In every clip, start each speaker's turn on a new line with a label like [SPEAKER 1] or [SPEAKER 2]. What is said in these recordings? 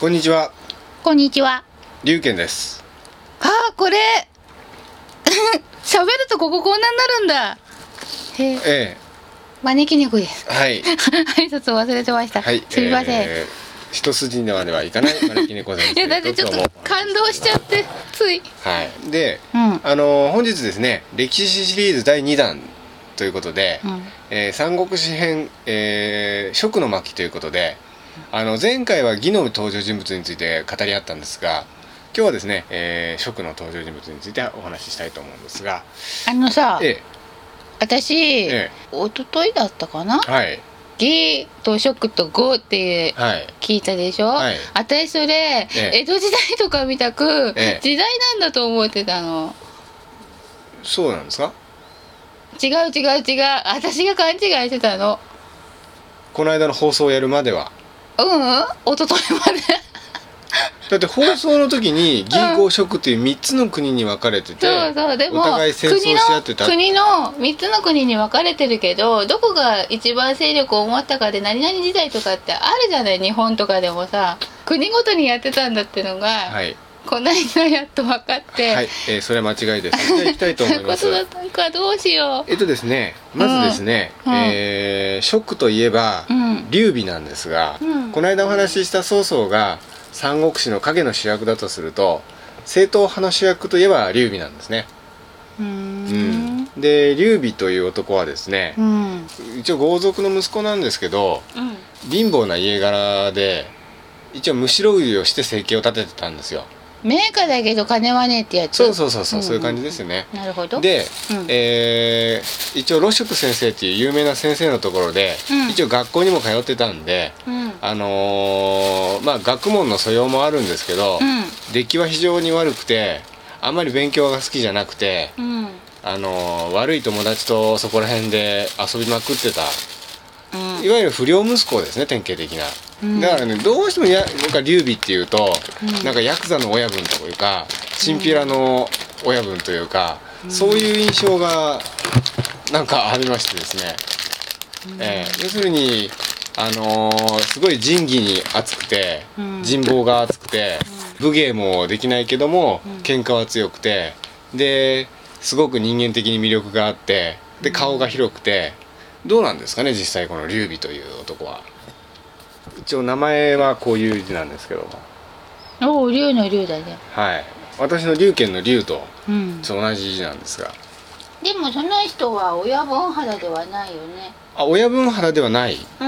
[SPEAKER 1] こんにちは
[SPEAKER 2] こんにちは。
[SPEAKER 1] 龍賢です
[SPEAKER 2] ああ、これ。 喋るとこここんなになるんだ。へえ、
[SPEAKER 1] え
[SPEAKER 2] 招き猫です。
[SPEAKER 1] えはい
[SPEAKER 2] 挨拶忘れてました。
[SPEAKER 1] はい
[SPEAKER 2] すみません。
[SPEAKER 1] えー一筋縄ではいかない招き猫さんです
[SPEAKER 2] い
[SPEAKER 1] け
[SPEAKER 2] や、
[SPEAKER 1] れ
[SPEAKER 2] だ
[SPEAKER 1] ど
[SPEAKER 2] ってちょっ
[SPEAKER 1] 今
[SPEAKER 2] と
[SPEAKER 1] 日も
[SPEAKER 2] 感動しちゃって、つい。
[SPEAKER 1] はいで、
[SPEAKER 2] うん。
[SPEAKER 1] あのー本日ですね歴史シリーズ第2弾ということで、
[SPEAKER 2] うん。
[SPEAKER 1] えー三国志編、えー、食の巻ということであの前回は義の登場人物について語り合ったんですが今日はですね、えー、食の登場人物についてお話ししたいと思うんですが
[SPEAKER 2] あのさ、
[SPEAKER 1] え
[SPEAKER 2] 私、
[SPEAKER 1] え
[SPEAKER 2] 一昨日だったかな
[SPEAKER 1] え。はい
[SPEAKER 2] 義と食と語って
[SPEAKER 1] はい
[SPEAKER 2] 聞いたでしょ。
[SPEAKER 1] はい
[SPEAKER 2] 私それ、
[SPEAKER 1] ええ
[SPEAKER 2] 江戸時代とか見たく、
[SPEAKER 1] ええ
[SPEAKER 2] 時代なんだと思ってたの。
[SPEAKER 1] そうなんですか
[SPEAKER 2] 違う違う違う。私が勘違いしてたの。
[SPEAKER 1] この間の放送をやるまでは
[SPEAKER 2] ううん、一昨日まで。
[SPEAKER 1] だって放送の時に義合食という3つの国に分かれてて、
[SPEAKER 2] そうそう、でも、
[SPEAKER 1] お互い戦争し合ってた
[SPEAKER 2] 国の、国の3つの国に分かれてるけど、どこが一番勢力を持ったかで、何々時代とかってあるじゃない、日本とかでもさ。国ごとにやってたんだってのが、
[SPEAKER 1] はい、
[SPEAKER 2] こないだやっと分かって、
[SPEAKER 1] はいえーそれは間違いですじゃあ行きたいと
[SPEAKER 2] そ
[SPEAKER 1] 思
[SPEAKER 2] うい
[SPEAKER 1] いうま
[SPEAKER 2] こ
[SPEAKER 1] す
[SPEAKER 2] とだったのか、どうしよ
[SPEAKER 1] えっとですねまずですね、
[SPEAKER 2] うんうん
[SPEAKER 1] えー、食といえば、
[SPEAKER 2] う。うん。
[SPEAKER 1] 劉備なんですが、
[SPEAKER 2] うん
[SPEAKER 1] この間お話しした曹操が三国志の影の主役だとすると正統派の主役といえば劉備なんですね、
[SPEAKER 2] うー
[SPEAKER 1] うんん。で劉備という男はですね
[SPEAKER 2] う、ん。
[SPEAKER 1] 一応豪族の息子なんですけど
[SPEAKER 2] うん。
[SPEAKER 1] 貧乏な家柄で一応むしろ売りをして生計を立ててたんですよ
[SPEAKER 2] 名家だけど金はねえってやつ。
[SPEAKER 1] そうそうそうそう、
[SPEAKER 2] うん
[SPEAKER 1] そういう感じですよね
[SPEAKER 2] なるほど。
[SPEAKER 1] で、
[SPEAKER 2] うん
[SPEAKER 1] えー一応露宿先生っていう有名な先生のところで、
[SPEAKER 2] うん
[SPEAKER 1] 一応学校にも通ってたんで、
[SPEAKER 2] うん。うん。
[SPEAKER 1] あのーまあ学問の素養もあるんですけど、出来は非常に悪くてあんまり勉強が好きじゃなくて、
[SPEAKER 2] うん。
[SPEAKER 1] あのー悪い友達とそこら辺で遊びまくってた
[SPEAKER 2] うん
[SPEAKER 1] いわゆる不良息子ですね典型的な、
[SPEAKER 2] うん
[SPEAKER 1] だからねどうしてもやなんか劉備っていうと、
[SPEAKER 2] うん
[SPEAKER 1] なんかヤクザの親分というかチンピラの親分というか、そういう印象がなんかありましてですね、えー要するにあのーすごい仁義に熱くて、
[SPEAKER 2] うん
[SPEAKER 1] 人望が熱くて、武芸もできないけども、喧嘩は強くてですごく人間的に魅力があってで顔が広くてどうなんですかね実際この劉備という男は一応名前はこういう字なんですけども
[SPEAKER 2] おお、竜の竜だね。
[SPEAKER 1] はい私の龍拳の龍と
[SPEAKER 2] うん。
[SPEAKER 1] ちょっと同じ字なんですが
[SPEAKER 2] でもその人は親分肌ではないよね。
[SPEAKER 1] あ親分肌ではない
[SPEAKER 2] う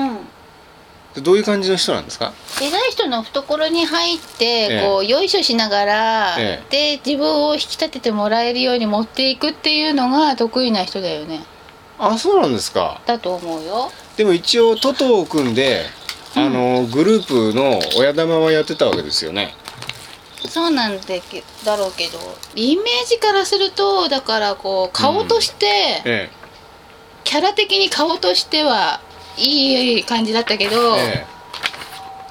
[SPEAKER 2] ん。
[SPEAKER 1] どういう感じの人なんですか
[SPEAKER 2] 偉い人の懐に入って、
[SPEAKER 1] ええ
[SPEAKER 2] こうよいしょしながら、
[SPEAKER 1] え
[SPEAKER 2] で自分を引き立ててもらえるように持っていくっていうのが得意な人だよね。
[SPEAKER 1] あそうなんですか
[SPEAKER 2] だと思うよ。
[SPEAKER 1] でも一応トトを組んで、あのグループの親玉はやってたわけですよね
[SPEAKER 2] そうなんだけだろうけど、イメージからするとだからこう顔として、
[SPEAKER 1] え
[SPEAKER 2] キャラ的に顔としてはいい感じだったけ
[SPEAKER 1] え
[SPEAKER 2] ど。
[SPEAKER 1] え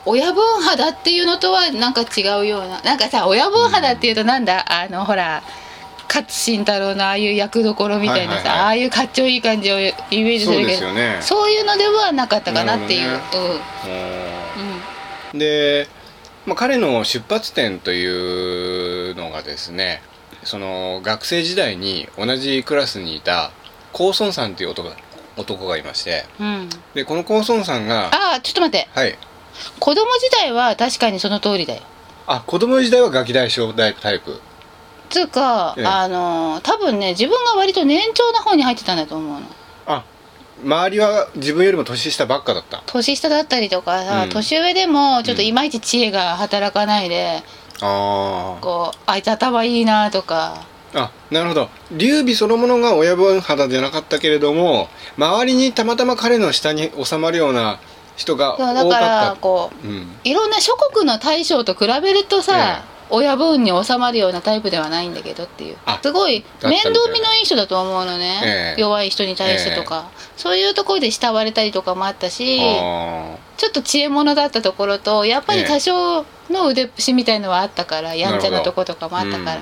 [SPEAKER 2] 親分肌っていうのとはなんか違うようななんかさ親分肌っていうとなんだ、あのほら勝新太郎のああいう役どころみたいな
[SPEAKER 1] はいはい
[SPEAKER 2] さ、
[SPEAKER 1] はい
[SPEAKER 2] ああいうかっちょいい感じをイメー
[SPEAKER 1] え
[SPEAKER 2] ジす
[SPEAKER 1] そう
[SPEAKER 2] る
[SPEAKER 1] で
[SPEAKER 2] け
[SPEAKER 1] す
[SPEAKER 2] ど
[SPEAKER 1] よね
[SPEAKER 2] そういうのではなかったかなっていう、
[SPEAKER 1] なるうんで、まあ、彼の出発点というのがですねその学生時代に同じクラスにいた高孫さんという男が男がいまして
[SPEAKER 2] うんうん、うん、
[SPEAKER 1] でこの高孫さんが
[SPEAKER 2] ああちょっと待って
[SPEAKER 1] はい
[SPEAKER 2] 子供時代は確かにその通りだよ
[SPEAKER 1] あ子供時代はガキ大将タイプ
[SPEAKER 2] つうか、
[SPEAKER 1] ええ
[SPEAKER 2] あの多分ね自分が割と年長な方に入ってたんだと思うの
[SPEAKER 1] あ周りは自分よりも年下ばっかだった
[SPEAKER 2] 年下だったりとかさ、
[SPEAKER 1] うん
[SPEAKER 2] 年上でもちょっといまいち知恵が働かないで、
[SPEAKER 1] あー
[SPEAKER 2] こうあいつ頭いいなとか
[SPEAKER 1] あなるほど劉備そのものが親分肌じゃなかったけれども周りにたまたま彼の下に収まるような人が多
[SPEAKER 2] そ
[SPEAKER 1] か
[SPEAKER 2] う
[SPEAKER 1] っ
[SPEAKER 2] だから
[SPEAKER 1] た
[SPEAKER 2] こ
[SPEAKER 1] うん
[SPEAKER 2] ういろんな諸国の大将と比べるとさ、親分に収まるようなタイプではないんだけどっていう
[SPEAKER 1] あ
[SPEAKER 2] すごい
[SPEAKER 1] たみ
[SPEAKER 2] 面
[SPEAKER 1] たいな
[SPEAKER 2] 倒見のいい人だと思うのね、
[SPEAKER 1] ええ
[SPEAKER 2] 弱い人に対してとか、そういうところで慕われたりとかもあったし
[SPEAKER 1] あ
[SPEAKER 2] ちょっと知恵者だったところとやっぱり多少の腕っぷしみたいのはあったから、やんちゃなとことかもあったから、
[SPEAKER 1] うん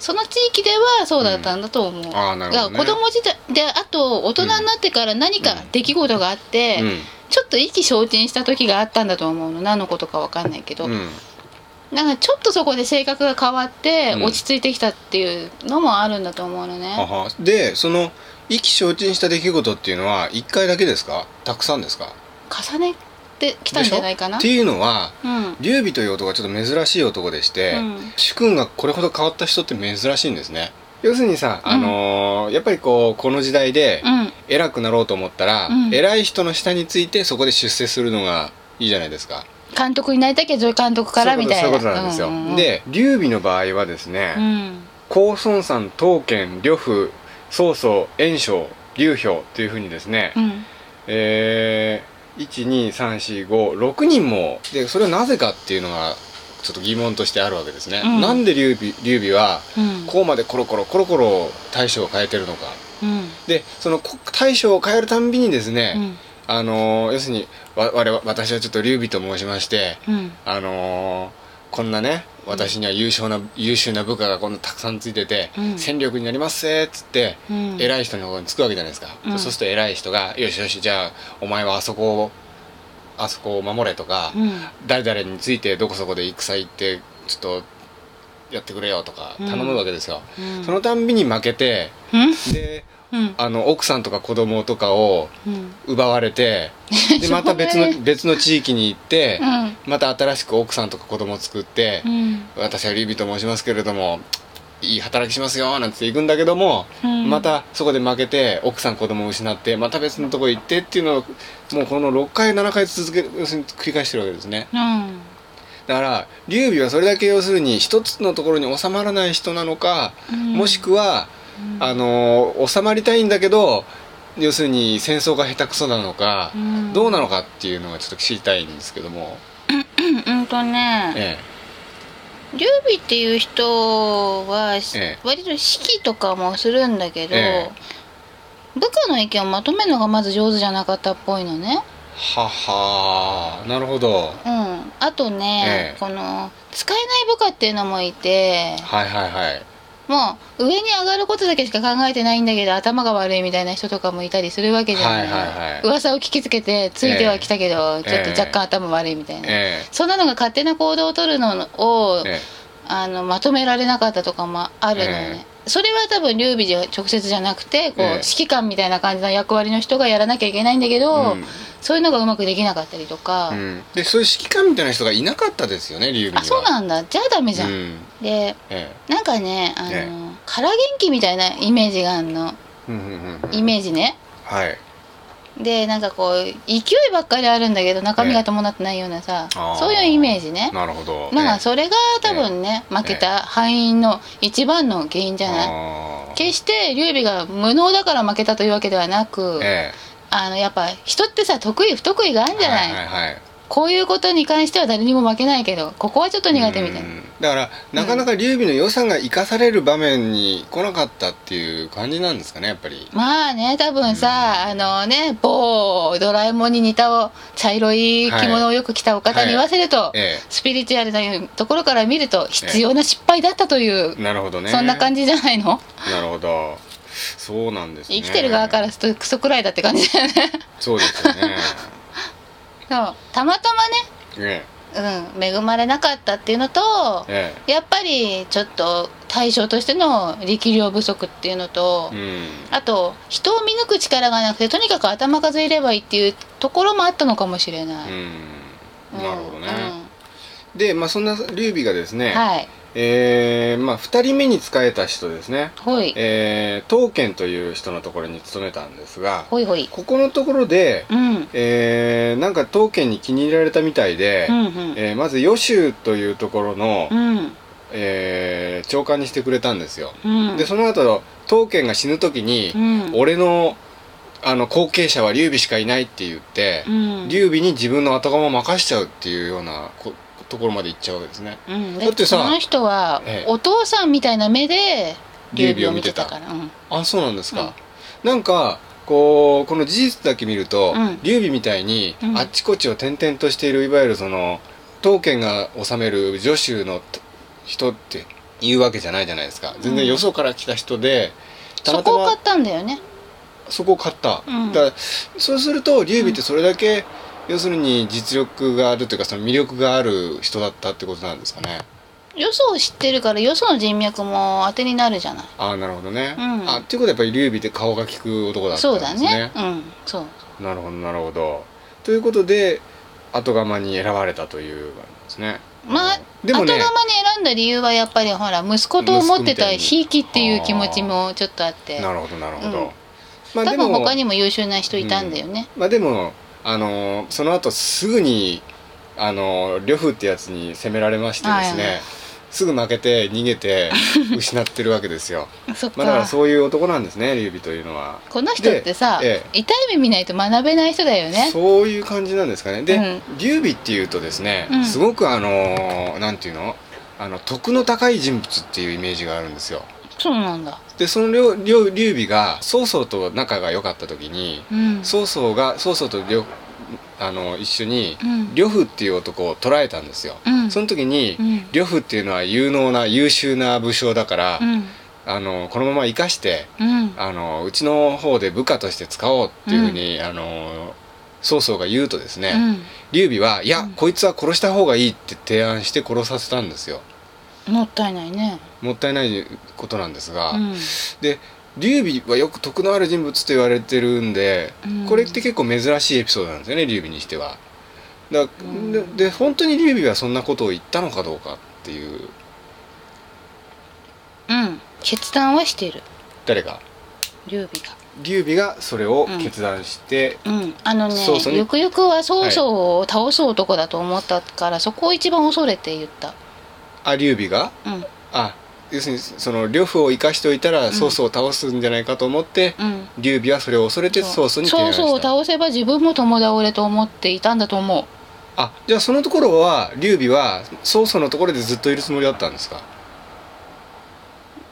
[SPEAKER 2] その地域ではそうだったんだと思う、
[SPEAKER 1] あーなるほどね
[SPEAKER 2] だから子供時代であと大人になってから何か出来事があって、
[SPEAKER 1] うん
[SPEAKER 2] ちょっと意気消沈した時があったんだと思うの何のことか分かんないけど、
[SPEAKER 1] うん
[SPEAKER 2] なんかちょっとそこで性格が変わって
[SPEAKER 1] うん
[SPEAKER 2] 落ち着いてきたっていうのもあるんだと思うのね、
[SPEAKER 1] ははでその意気消沈した出来事っていうのは1回だけですかたくさんですか
[SPEAKER 2] 重ねてきたんじゃないかな
[SPEAKER 1] でしょっていうのは
[SPEAKER 2] うん
[SPEAKER 1] 劉備という男はちょっと珍しい男でして、
[SPEAKER 2] うん
[SPEAKER 1] 主君がこれほど変わった人って珍しいんですね要するにさ、あのーやっぱりこうこの時代で
[SPEAKER 2] うん
[SPEAKER 1] 偉くなろうと思ったら、
[SPEAKER 2] うん
[SPEAKER 1] 偉い人の下についてそこで出世するのがいいじゃないですか
[SPEAKER 2] 監督になりたいけど監督からみたい
[SPEAKER 1] そ
[SPEAKER 2] な
[SPEAKER 1] ういうことそういうことなんですよ、
[SPEAKER 2] うううん
[SPEAKER 1] で劉備の場合はですね、
[SPEAKER 2] うん
[SPEAKER 1] 高孫さん刀剣呂布曹操袁紹劉表というふうにですね、
[SPEAKER 2] うん
[SPEAKER 1] えー、12345人もでそれはなぜかっていうのがちょっと疑問としてあるわけですね、
[SPEAKER 2] うん
[SPEAKER 1] なんで劉備劉備は
[SPEAKER 2] うん
[SPEAKER 1] こうまでコロコロコロコロ大将を変えてるのか
[SPEAKER 2] うん
[SPEAKER 1] でそのこ大将を変えるたんびにですね、
[SPEAKER 2] うん
[SPEAKER 1] あのー要するにわ我々私はちょっと劉備と申しまして
[SPEAKER 2] うん
[SPEAKER 1] あのーこんなね私には優秀な優秀な部下がこんなたくさんついてて、
[SPEAKER 2] うん
[SPEAKER 1] 戦力になりますせーっつって、
[SPEAKER 2] うん
[SPEAKER 1] 偉い人の方につくわけじゃないですか、
[SPEAKER 2] うん
[SPEAKER 1] そうすると偉い人が「よしよしじゃあお前はあそこをあそこを守れ」とか、
[SPEAKER 2] うん
[SPEAKER 1] 誰々についてどこそこで戦行ってちょっとやってくれよとか頼むわけですよ、
[SPEAKER 2] うん
[SPEAKER 1] そのたんびに負けて
[SPEAKER 2] うん
[SPEAKER 1] で
[SPEAKER 2] うん
[SPEAKER 1] あの奥さんとか子供とかを
[SPEAKER 2] うん
[SPEAKER 1] 奪われて でまた別
[SPEAKER 2] しょうが
[SPEAKER 1] の
[SPEAKER 2] ない
[SPEAKER 1] 別の地域に行って、
[SPEAKER 2] うん
[SPEAKER 1] また新しく奥さんとか子供を作って、
[SPEAKER 2] うん
[SPEAKER 1] 私はリビと申しますけれどもいい働きしますよなんて言って行くんだけども、
[SPEAKER 2] うん
[SPEAKER 1] またそこで負けて奥さん子供を失ってまた別のとこ行ってっていうのをもうこの6回7回続け要するに繰り返してるわけですね
[SPEAKER 2] うん
[SPEAKER 1] だから劉備はそれだけ要するに一つのところに収まらない人なのか、
[SPEAKER 2] うん
[SPEAKER 1] もしくは、
[SPEAKER 2] うん
[SPEAKER 1] あのー収まりたいんだけど要するに戦争が下手くそなのか、
[SPEAKER 2] うん
[SPEAKER 1] どうなのかっていうのがちょっと知りたいんですけども、
[SPEAKER 2] うんとね
[SPEAKER 1] え
[SPEAKER 2] 劉備っていう人はし
[SPEAKER 1] ええ
[SPEAKER 2] 割と指揮とかもするんだけど
[SPEAKER 1] え
[SPEAKER 2] 部下の意見をまとめるのがまず上手じゃなかったっぽいのね
[SPEAKER 1] え、ははなるほど
[SPEAKER 2] うんあと
[SPEAKER 1] え
[SPEAKER 2] ね
[SPEAKER 1] え
[SPEAKER 2] この使えない部下っていうのもいて
[SPEAKER 1] はいはいはい
[SPEAKER 2] もう上に上がることだけしか考えてないんだけど頭が悪いみたいな人とかもいたりするわけじゃない,、
[SPEAKER 1] はいはいはい
[SPEAKER 2] 噂を聞きつけてついてはきたけど、
[SPEAKER 1] ええ
[SPEAKER 2] ちょっと若干頭悪いみたいな、
[SPEAKER 1] え
[SPEAKER 2] そんなのが勝手な行動を取るのを、
[SPEAKER 1] えええ
[SPEAKER 2] あのまとめられなかったとかもあるのよね、それは多分劉備じゃ直接じゃなくてこう、
[SPEAKER 1] ええ
[SPEAKER 2] 指揮官みたいな感じの役割の人がやらなきゃいけないんだけど、
[SPEAKER 1] うん
[SPEAKER 2] そういうのがうまくできなかったりとか、
[SPEAKER 1] うん、でそういう指揮官みたいな人がいなかったですよね劉備には
[SPEAKER 2] あそうなんだじゃあダメじゃん、
[SPEAKER 1] うん
[SPEAKER 2] で
[SPEAKER 1] え
[SPEAKER 2] なんかねあの、
[SPEAKER 1] え
[SPEAKER 2] 空元気みたいなイメージがあるの
[SPEAKER 1] えうんうんうん
[SPEAKER 2] イメージね、
[SPEAKER 1] はい
[SPEAKER 2] でなんかこう勢いばっかりあるんだけど中身が伴ってないようなさ、
[SPEAKER 1] あー
[SPEAKER 2] そういうイメージね
[SPEAKER 1] なるほど
[SPEAKER 2] なんか
[SPEAKER 1] う
[SPEAKER 2] それが多分ね、負けた敗因の一番の原因じゃない
[SPEAKER 1] あー
[SPEAKER 2] 決して劉備が無能だから負けたというわけではなく、
[SPEAKER 1] え
[SPEAKER 2] あのやっぱ人ってさ得意不得意がある
[SPEAKER 1] え
[SPEAKER 2] んじゃない、
[SPEAKER 1] はいはいはい
[SPEAKER 2] こういうことに関しては誰にも負けないけどここはちょっと苦手みたいな
[SPEAKER 1] うんだからなかなか劉備の良さが生かされる場面に来なかったっていう感じなんですかねやっぱり
[SPEAKER 2] まあね多分さ、あのね某ドラえもんに似た茶色い着物をよく着たお方に言わせると、
[SPEAKER 1] え
[SPEAKER 2] スピリチュアルなところから見ると必要な失敗だったという、
[SPEAKER 1] えなるほどね
[SPEAKER 2] そんな感じじゃないの
[SPEAKER 1] じなるほどそうなんですね
[SPEAKER 2] 生きてる側からするとクソくらいだって感じだよね
[SPEAKER 1] そうですよ ね
[SPEAKER 2] そうたまた
[SPEAKER 1] え
[SPEAKER 2] まね、うん、恵まれなかったっていうのと
[SPEAKER 1] ええ
[SPEAKER 2] やっぱりちょっと対象としての力量不足っていうのと
[SPEAKER 1] え、うん
[SPEAKER 2] あと人を見抜く力がなくてとにかく頭数いればいいっていうところもあったのかもしれな
[SPEAKER 1] う
[SPEAKER 2] い、
[SPEAKER 1] ん
[SPEAKER 2] うん
[SPEAKER 1] なるほどね、で、まあ、そんな劉備がです
[SPEAKER 2] う
[SPEAKER 1] ね、
[SPEAKER 2] んはい
[SPEAKER 1] えーまあ、2人目に仕えた人ですね、
[SPEAKER 2] ほい
[SPEAKER 1] えー、刀剣という人のところに勤めたんですが
[SPEAKER 2] ほいほい
[SPEAKER 1] ここのところで、
[SPEAKER 2] うんうん
[SPEAKER 1] えーなんか刀剣に気に入られたみたいで、
[SPEAKER 2] うん
[SPEAKER 1] えーまず予習というところの、
[SPEAKER 2] うん
[SPEAKER 1] えー長官にしてくれたんですよ、
[SPEAKER 2] うん
[SPEAKER 1] でその後刀剣が死ぬ時に、
[SPEAKER 2] うん
[SPEAKER 1] 俺のあの後継者は劉備しかいないって言って、
[SPEAKER 2] うん
[SPEAKER 1] 劉備に自分の後釜を任しちゃうっていうようなこところまで行っちゃうわけですね
[SPEAKER 2] うん、
[SPEAKER 1] だってさ
[SPEAKER 2] その人は
[SPEAKER 1] ええ
[SPEAKER 2] お父さんみたいな目で
[SPEAKER 1] 劉備を見てた
[SPEAKER 2] から、うん
[SPEAKER 1] あそうなんですか、なんかこうこの事実だけ見ると、
[SPEAKER 2] うん
[SPEAKER 1] 劉備みたいに、
[SPEAKER 2] うん
[SPEAKER 1] あっちこっちを転々としているいわゆるその刀剣が治める助手の人っていうわけじゃないじゃないですか全然
[SPEAKER 2] うん
[SPEAKER 1] よそから来た人で、
[SPEAKER 2] そこを買ったんだよね
[SPEAKER 1] そこを買った、
[SPEAKER 2] うん
[SPEAKER 1] だからそうすると劉備ってそれだけ、要するに実力があるというかその魅力がある人だったってことなんですかね
[SPEAKER 2] よそを知ってるからよその人脈も当てになるじゃない
[SPEAKER 1] ああなるほどね、
[SPEAKER 2] うん
[SPEAKER 1] あっていうことはやっぱり劉備って顔が利く男だったん
[SPEAKER 2] そ
[SPEAKER 1] で
[SPEAKER 2] うだ
[SPEAKER 1] す
[SPEAKER 2] ね
[SPEAKER 1] ね
[SPEAKER 2] うんそう
[SPEAKER 1] なるほどなるほどということで後釜に選ばれたという感じですね
[SPEAKER 2] まあ、
[SPEAKER 1] でもね
[SPEAKER 2] 後釜に選んだ理由はやっぱりほら息子と思ってたひいきっていう気持ちもちょっとあって
[SPEAKER 1] なるほどなるほ
[SPEAKER 2] う
[SPEAKER 1] ど
[SPEAKER 2] ん、
[SPEAKER 1] まあ
[SPEAKER 2] 多
[SPEAKER 1] で
[SPEAKER 2] 分
[SPEAKER 1] も
[SPEAKER 2] 他にも優秀な人いたんだよね、
[SPEAKER 1] まあでもあのその後すぐにあの呂布ってやつに攻められましてですね、
[SPEAKER 2] はいはい
[SPEAKER 1] すぐ負けて逃げ て失ってるわけですよ、
[SPEAKER 2] そっか,、
[SPEAKER 1] まあ、だからそういう男なんですね劉備というのは、
[SPEAKER 2] この人ってさ、
[SPEAKER 1] でえ
[SPEAKER 2] 痛い目見ないと学べない人だよね
[SPEAKER 1] そういう感じなんですかね
[SPEAKER 2] う
[SPEAKER 1] で
[SPEAKER 2] ん
[SPEAKER 1] 劉備っていうとですね、
[SPEAKER 2] うん
[SPEAKER 1] すごくあのなんていうのあの徳の高い人物っていうイメージがあるんですよ
[SPEAKER 2] そうなんだ
[SPEAKER 1] でその劉劉劉備が曹操と仲が良かった時に
[SPEAKER 2] うん
[SPEAKER 1] 曹操が曹操と呂あの一緒に
[SPEAKER 2] うん
[SPEAKER 1] 呂布っていう男を捕らえたんですよ、
[SPEAKER 2] うん
[SPEAKER 1] その時に
[SPEAKER 2] うん
[SPEAKER 1] 呂布っていうのは有能な優秀な武将だから、
[SPEAKER 2] うん
[SPEAKER 1] あのこのまま生かして
[SPEAKER 2] うん
[SPEAKER 1] あのうちの方で部下として使おうっていうふうに、あの曹操が言うとです
[SPEAKER 2] う
[SPEAKER 1] ね、
[SPEAKER 2] ん
[SPEAKER 1] 劉備はいや、
[SPEAKER 2] うん
[SPEAKER 1] こいつは殺した方がいいって提案して殺させたんですよ
[SPEAKER 2] もったいないね
[SPEAKER 1] もったいないことなんですが、
[SPEAKER 2] うん
[SPEAKER 1] で劉備はよく徳のある人物と言われてるんで、
[SPEAKER 2] うん
[SPEAKER 1] これって結構珍しいエピソードなんですよね劉備にしてはだか
[SPEAKER 2] ん
[SPEAKER 1] でで本当に劉備はそんなことを言ったのかどうかっていう
[SPEAKER 2] うん決断はしてる
[SPEAKER 1] 誰が
[SPEAKER 2] 劉備が
[SPEAKER 1] 劉備がそれを決断して、
[SPEAKER 2] うんあのね
[SPEAKER 1] そうそう
[SPEAKER 2] ゆくゆくは曹操を倒す男だと思ったから、そこを一番恐れて言った
[SPEAKER 1] あ劉備が
[SPEAKER 2] うん
[SPEAKER 1] あ要するにその呂布を生かしておいたら
[SPEAKER 2] ん
[SPEAKER 1] 曹操を倒すんじゃないかと思って、
[SPEAKER 2] うん
[SPEAKER 1] 劉備はそれを恐れて
[SPEAKER 2] そ
[SPEAKER 1] 曹操
[SPEAKER 2] う
[SPEAKER 1] に提案した
[SPEAKER 2] 曹操を倒せば自分も共倒れと思っていたんだと思う
[SPEAKER 1] あじゃあそのところは劉備は曹操のところでずっといるつもりだったんですか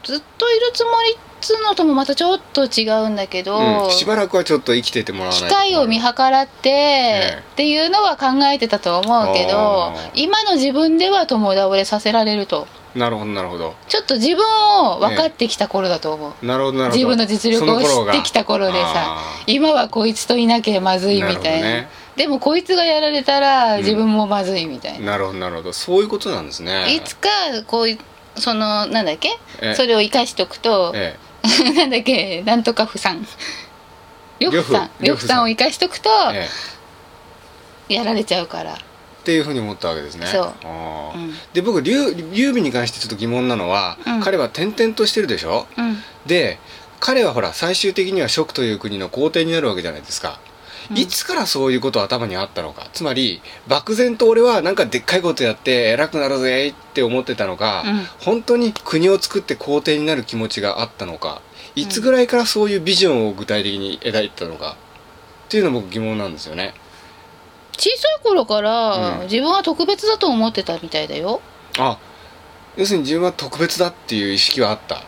[SPEAKER 2] ずっといるつもりっつうのともまたちょっと違うんだけど、
[SPEAKER 1] うん、しばらくはちょっと生きててもらわない
[SPEAKER 2] 機
[SPEAKER 1] と
[SPEAKER 2] 会を見計らって、
[SPEAKER 1] え
[SPEAKER 2] っていうのは考えてたと思うけど
[SPEAKER 1] あー
[SPEAKER 2] 今の自分では共倒れさせられると
[SPEAKER 1] なるほどなるほど
[SPEAKER 2] ちょっと自分を分かってきた頃だと思う、
[SPEAKER 1] なるほどなるほど
[SPEAKER 2] 自分の実力を知ってきた頃でさ
[SPEAKER 1] あ
[SPEAKER 2] 今はこいつといなきゃまずいみたいな
[SPEAKER 1] なるほどね
[SPEAKER 2] でもこいつがやられたら自分もまずいみたい
[SPEAKER 1] ー
[SPEAKER 2] な、
[SPEAKER 1] なるほどなるほどそういうことなんですね
[SPEAKER 2] いつかこういそのなんだっけ
[SPEAKER 1] え
[SPEAKER 2] それを生かしとくと、
[SPEAKER 1] え
[SPEAKER 2] なんだっけなんとか不さん呂布さん
[SPEAKER 1] 呂布呂布
[SPEAKER 2] 呂布
[SPEAKER 1] さん
[SPEAKER 2] さんを生かしとくと
[SPEAKER 1] えええ
[SPEAKER 2] やられちゃうから、
[SPEAKER 1] っていうふうに思ったわけですね
[SPEAKER 2] そう
[SPEAKER 1] あ
[SPEAKER 2] う
[SPEAKER 1] ー
[SPEAKER 2] ん
[SPEAKER 1] で僕劉劉備に関してちょっと疑問なのは、
[SPEAKER 2] うん
[SPEAKER 1] 彼は転々としてるでしょ
[SPEAKER 2] うん
[SPEAKER 1] で彼はほら最終的には蜀という国の皇帝になるわけじゃないですか、
[SPEAKER 2] うん
[SPEAKER 1] いつからそういうこと頭にあったのかつまり漠然と俺はなんかでっかいことやって偉くなるぜって思ってたのか、
[SPEAKER 2] うん
[SPEAKER 1] 本当に国を作って皇帝になる気持ちがあったのかいつぐらいからそういうビジョンを具体的に描いてたのかっていうのも僕疑問なんですよね
[SPEAKER 2] 小さい頃から、
[SPEAKER 1] うん
[SPEAKER 2] 自分は特別だと思ってたみたいだよ
[SPEAKER 1] あ要するに自分は特別だっていう意識はあった、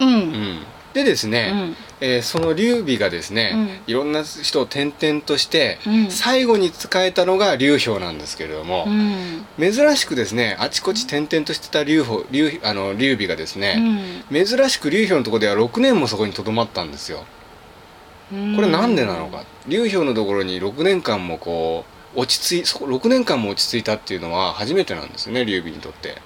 [SPEAKER 2] う
[SPEAKER 1] う
[SPEAKER 2] ん、う
[SPEAKER 1] んん、でですね、えーその劉備がですね、いろんな人を転々として、
[SPEAKER 2] うん
[SPEAKER 1] 最後に使えたのが劉氷なんですけれど
[SPEAKER 2] う
[SPEAKER 1] も、
[SPEAKER 2] ん
[SPEAKER 1] 珍しくですねあちこち転々としてた劉邦劉あの劉備がです
[SPEAKER 2] う
[SPEAKER 1] ね、
[SPEAKER 2] ん
[SPEAKER 1] 珍しく劉氷のところでは6年もそこにとどまったんですよ
[SPEAKER 2] うん
[SPEAKER 1] これなんでなのか劉氷のところに6年間もこう落ち着いそこ6年間も落ち着いたっていうのは初めてなんですよね劉備にとって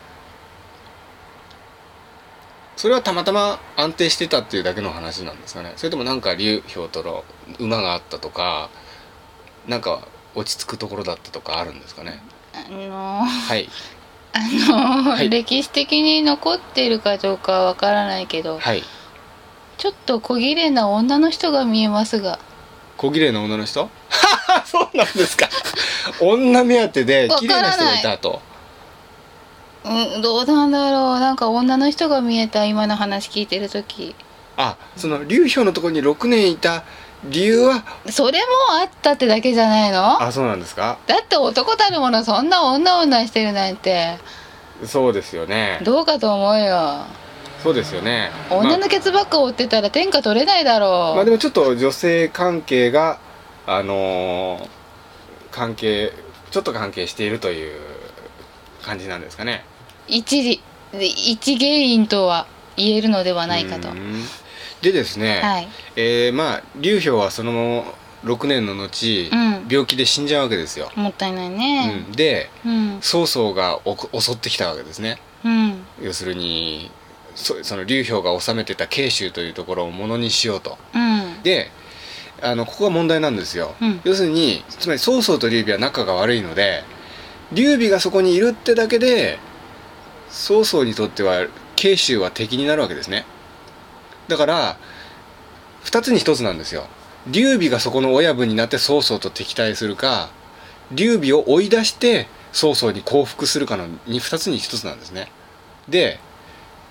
[SPEAKER 1] それはたまたま安定してたっていうだけの話なんですかねそれともなんか劉氷との馬があったとかなんか落ち着くところだったとかあるんですかね
[SPEAKER 2] あのー
[SPEAKER 1] はい
[SPEAKER 2] あのー
[SPEAKER 1] はい
[SPEAKER 2] 歴史的に残ってるかどうかわからないけど、
[SPEAKER 1] はい
[SPEAKER 2] ちょっと小綺麗な女の人が見えますが
[SPEAKER 1] 小綺麗な女の人 そうなんですか女目当てで綺麗な人がいたと
[SPEAKER 2] うん、どうなんだろうなんか女の人が見えた今の話聞いてる時
[SPEAKER 1] あその劉氷のところに6年いた理由は
[SPEAKER 2] それもあったってだけじゃないの
[SPEAKER 1] あそうなんですか
[SPEAKER 2] だって男たるものそんな女女してるなんて
[SPEAKER 1] そうですよね
[SPEAKER 2] どうかと思うよ
[SPEAKER 1] そうですよね
[SPEAKER 2] 女のケツばっか追ってたら天下取れない
[SPEAKER 1] まあ、ま
[SPEAKER 2] だろ
[SPEAKER 1] あ
[SPEAKER 2] う
[SPEAKER 1] でもちょっと女性関係があのー関係ちょっと関係しているという感じなんですかね
[SPEAKER 2] 一理一原因とは言えるのではないかと
[SPEAKER 1] うーんでですね、
[SPEAKER 2] はい
[SPEAKER 1] えーまあ劉氷はそのまま6年の後、
[SPEAKER 2] うん
[SPEAKER 1] 病気で死んじゃうわけですよ、
[SPEAKER 2] もったいないうね
[SPEAKER 1] ん、で
[SPEAKER 2] うん
[SPEAKER 1] 曹操がおこ襲ってきたわけですね
[SPEAKER 2] うん
[SPEAKER 1] 要するにそその劉氷が治めてた慶州というところをものにしようと
[SPEAKER 2] うん
[SPEAKER 1] であのここが問題なんですよ、
[SPEAKER 2] うん
[SPEAKER 1] 要するにつまり曹操と劉備は仲が悪いので劉備がそこにいるってだけで曹操にとっては慶州は敵になるわけですねだから2つに1つなんですよ劉備がそこの親分になって曹操と敵対するか劉備を追い出して曹操に降伏するかのに2つに1つなんですねで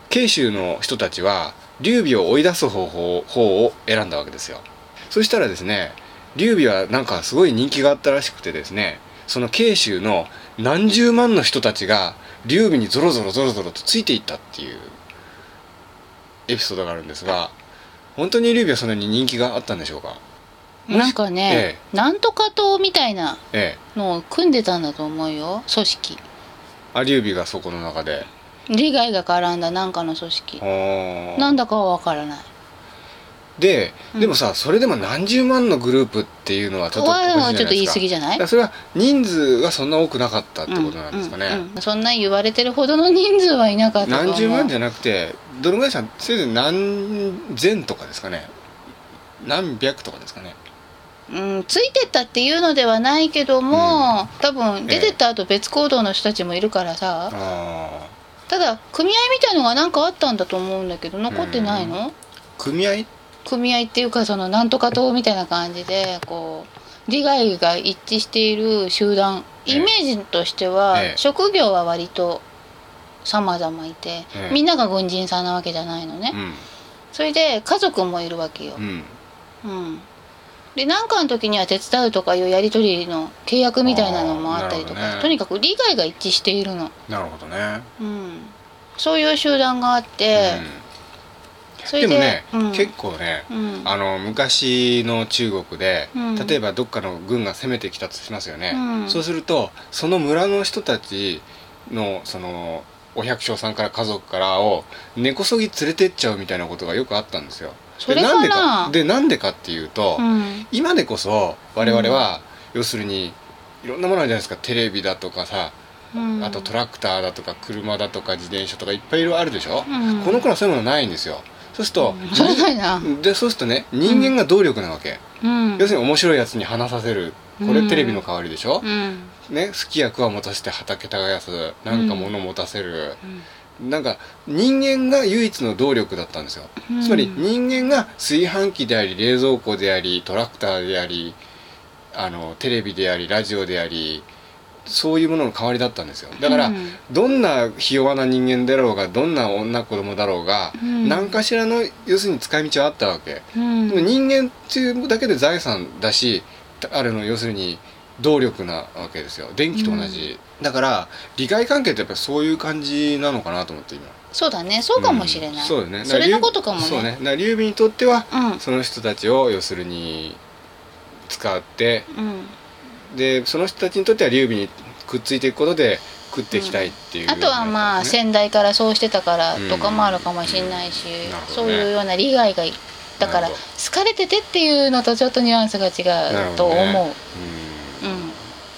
[SPEAKER 1] 慶州の人たちは劉備を追い出す方法方を選んだわけですよそしたらですね劉備はなんかすごい人気があったらしくてですねその慶州の何十万の人たちが劉備にゾロゾロゾロゾロとついていったっていうエピソードがあるんですが本当に劉備はそんなに人気があったんでしょうか
[SPEAKER 2] なんかね
[SPEAKER 1] え、
[SPEAKER 2] なんとか党みたいな
[SPEAKER 1] ええ
[SPEAKER 2] のを組んでたんだと思うよ組織
[SPEAKER 1] あ劉備がそこの中で
[SPEAKER 2] 利害が絡んだなんかの組織
[SPEAKER 1] あ
[SPEAKER 2] な
[SPEAKER 1] あ
[SPEAKER 2] んだかは分からない
[SPEAKER 1] で
[SPEAKER 2] うん
[SPEAKER 1] でもさ、それでも何十万のグループっていうのはちょっとおかしいじゃ
[SPEAKER 2] は
[SPEAKER 1] ない
[SPEAKER 2] ちょっと言
[SPEAKER 1] で
[SPEAKER 2] い
[SPEAKER 1] す
[SPEAKER 2] 過
[SPEAKER 1] か
[SPEAKER 2] ぎじゃない
[SPEAKER 1] だからそれは人数がそんな多くなかったってことなんですかね、
[SPEAKER 2] うんうんうんそんな言われてるほどの人数はいなかったと思う
[SPEAKER 1] 何十万じゃなくてどのぐらいさせいぜい何千とかですかね何百とかですかね
[SPEAKER 2] うん、ついてったっていうのではないけども、多分出てった後別行動の人たちもいるからさ、
[SPEAKER 1] ああ
[SPEAKER 2] ただ組合みたいのが何かあったんだと思うんだけど残ってないの、
[SPEAKER 1] 組合
[SPEAKER 2] 組合っていうかそのなんとか党みたいな感じでこう利害が一致している集団
[SPEAKER 1] ええ
[SPEAKER 2] イメージとしては、
[SPEAKER 1] ええ
[SPEAKER 2] 職業は割と様々いて、
[SPEAKER 1] ええ
[SPEAKER 2] みんなが軍人さんなわけじゃないのね、
[SPEAKER 1] うん
[SPEAKER 2] それで家族もいるわけよ
[SPEAKER 1] う、ん
[SPEAKER 2] うん、で何かの時には手伝うとかいうやり取りの契約みたいなのもあったりと
[SPEAKER 1] あーなる
[SPEAKER 2] か、
[SPEAKER 1] ほどね
[SPEAKER 2] とにかく利害が一致しているの、
[SPEAKER 1] なるほどね、
[SPEAKER 2] うん、そういう集団があって、そ
[SPEAKER 1] うん、
[SPEAKER 2] れ
[SPEAKER 1] で
[SPEAKER 2] で
[SPEAKER 1] もね、
[SPEAKER 2] うん、
[SPEAKER 1] 結構ね
[SPEAKER 2] うん
[SPEAKER 1] あの昔の中国で、
[SPEAKER 2] うん
[SPEAKER 1] 例えばどっかの軍が攻めてきたとしますよね、
[SPEAKER 2] うん
[SPEAKER 1] そうするとその村の人たちのそのお百姓さんから家族からを根こそぎ連れてっちゃうみたいなことがよくあったんですよ。
[SPEAKER 2] それ
[SPEAKER 1] で
[SPEAKER 2] か
[SPEAKER 1] なんで
[SPEAKER 2] な
[SPEAKER 1] かでなんでかっていうと、
[SPEAKER 2] うん
[SPEAKER 1] 今でこそ我々は、要するにいろんなものあるじゃないですかテレビだとかさ
[SPEAKER 2] うん、
[SPEAKER 1] あとトラクターだとか車だとか自転車とかいっぱいいろいろあるでしょ、
[SPEAKER 2] うん
[SPEAKER 1] この頃はそういうものないんですよそうすると、
[SPEAKER 2] それないな、
[SPEAKER 1] でそうするとね人間が動力なわけ、
[SPEAKER 2] うん、
[SPEAKER 1] 要するに面白いやつに話させるこ
[SPEAKER 2] う
[SPEAKER 1] れ
[SPEAKER 2] ん
[SPEAKER 1] テレビの代わりでしょ、
[SPEAKER 2] うん
[SPEAKER 1] ね好きや食わ持たせて畑耕すなんか物持たせる、なんか人間が唯一の動力だったんですよ、
[SPEAKER 2] うん
[SPEAKER 1] つまり人間が炊飯器であり冷蔵庫でありトラクターでありあのテレビでありラジオでありそういうものの代わりだったんですよだから、
[SPEAKER 2] うん
[SPEAKER 1] どんなひ弱な人間だろうがどんな女子供だろうが、
[SPEAKER 2] うん
[SPEAKER 1] 何かしらの要するに使い道はあったわけ、
[SPEAKER 2] うん
[SPEAKER 1] でも人間っていうだけで財産だしあるの要するに動力なわけですよ電気と同じ、だから利害関係ってやっぱりそういう感じなのかなと思って今
[SPEAKER 2] そうだねそうかもしれな
[SPEAKER 1] う
[SPEAKER 2] い、
[SPEAKER 1] んそうだねだ
[SPEAKER 2] そ
[SPEAKER 1] ら
[SPEAKER 2] れのことかもね
[SPEAKER 1] そうねだから劉備にとっては、
[SPEAKER 2] うん
[SPEAKER 1] その人たちを要するに使って
[SPEAKER 2] うん、
[SPEAKER 1] でその人たちにとっては劉備にくっついていくことで食っていきたいっていうよ
[SPEAKER 2] あ
[SPEAKER 1] う
[SPEAKER 2] と
[SPEAKER 1] な
[SPEAKER 2] はまあ
[SPEAKER 1] ね
[SPEAKER 2] 先代からそうしてたからとかもあるかもしれないし、
[SPEAKER 1] んなるほど
[SPEAKER 2] そう
[SPEAKER 1] ね
[SPEAKER 2] いうような利害がいだから
[SPEAKER 1] なるほど
[SPEAKER 2] 好かれててっていうのとちょっとニュアンスが違うと
[SPEAKER 1] なる
[SPEAKER 2] 思う、
[SPEAKER 1] ほどね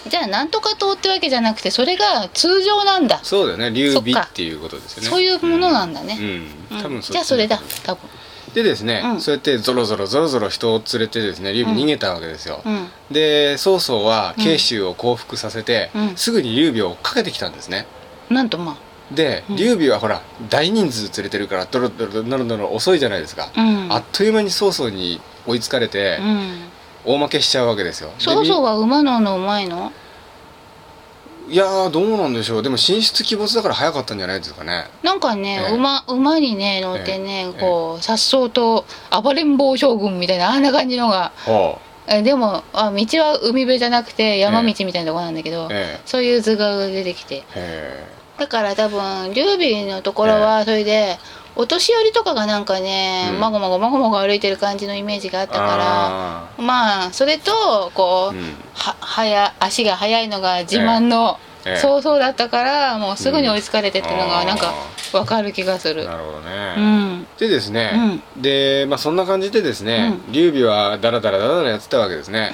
[SPEAKER 2] うん、じゃあなんとか党ってわけじゃなくてそれが通常なんだ、
[SPEAKER 1] そうだよね劉
[SPEAKER 2] そっ
[SPEAKER 1] 備
[SPEAKER 2] か
[SPEAKER 1] っていうことですよね
[SPEAKER 2] そういうものなんだ
[SPEAKER 1] う
[SPEAKER 2] ね、
[SPEAKER 1] ん、
[SPEAKER 2] うん
[SPEAKER 1] 多分っち
[SPEAKER 2] じゃあそれだ
[SPEAKER 1] と思う
[SPEAKER 2] 多分
[SPEAKER 1] でですね、
[SPEAKER 2] うん
[SPEAKER 1] そうやってゾロゾロゾロゾロ人を連れてですね劉備逃げたわけですよ、
[SPEAKER 2] うん
[SPEAKER 1] で曹操は慶州を降伏させて、
[SPEAKER 2] うん
[SPEAKER 1] すぐに劉備を追っかけてきたんですね
[SPEAKER 2] なんとま
[SPEAKER 1] で
[SPEAKER 2] うん
[SPEAKER 1] 劉備はほら大人数連れてるからドロドロドロドロドロ遅いじゃないですか、
[SPEAKER 2] あうん
[SPEAKER 1] あっという間に曹操に追いつかれて
[SPEAKER 2] うん
[SPEAKER 1] 大負けしちゃうわけですよで
[SPEAKER 2] 曹操は馬乗るのうまいの
[SPEAKER 1] みいやーどうなんでしょうでも進出鬼没だから早かったんじゃないですかね
[SPEAKER 2] なんかね、
[SPEAKER 1] ええ
[SPEAKER 2] 馬馬にね乗ってね、
[SPEAKER 1] ええ
[SPEAKER 2] こう颯爽と暴れん坊将軍みたいなあんな感じのが
[SPEAKER 1] ほ
[SPEAKER 2] えでもあ道は海辺じゃなくて山道みたいなとこなんだけど、
[SPEAKER 1] うえ
[SPEAKER 2] そういう図が出てきて
[SPEAKER 1] えへ
[SPEAKER 2] だから多分劉備のところはそれで、お年寄りとかがなんかね、
[SPEAKER 1] うん
[SPEAKER 2] まごまごまごまご歩いてる感じのイメージがあっ
[SPEAKER 1] え
[SPEAKER 2] たからまあそれとこう、
[SPEAKER 1] うん
[SPEAKER 2] ははや足が速いのが自慢の、
[SPEAKER 1] えええ
[SPEAKER 2] そうそうだったからもうすぐに追いつかれてっていうの
[SPEAKER 1] う
[SPEAKER 2] が
[SPEAKER 1] ん
[SPEAKER 2] なんかわかる気がする
[SPEAKER 1] なるほど
[SPEAKER 2] う
[SPEAKER 1] ね、
[SPEAKER 2] ん
[SPEAKER 1] でですね、で、まあ、そんな感じでですね、劉備はダラダラダラダラやってたわけです ね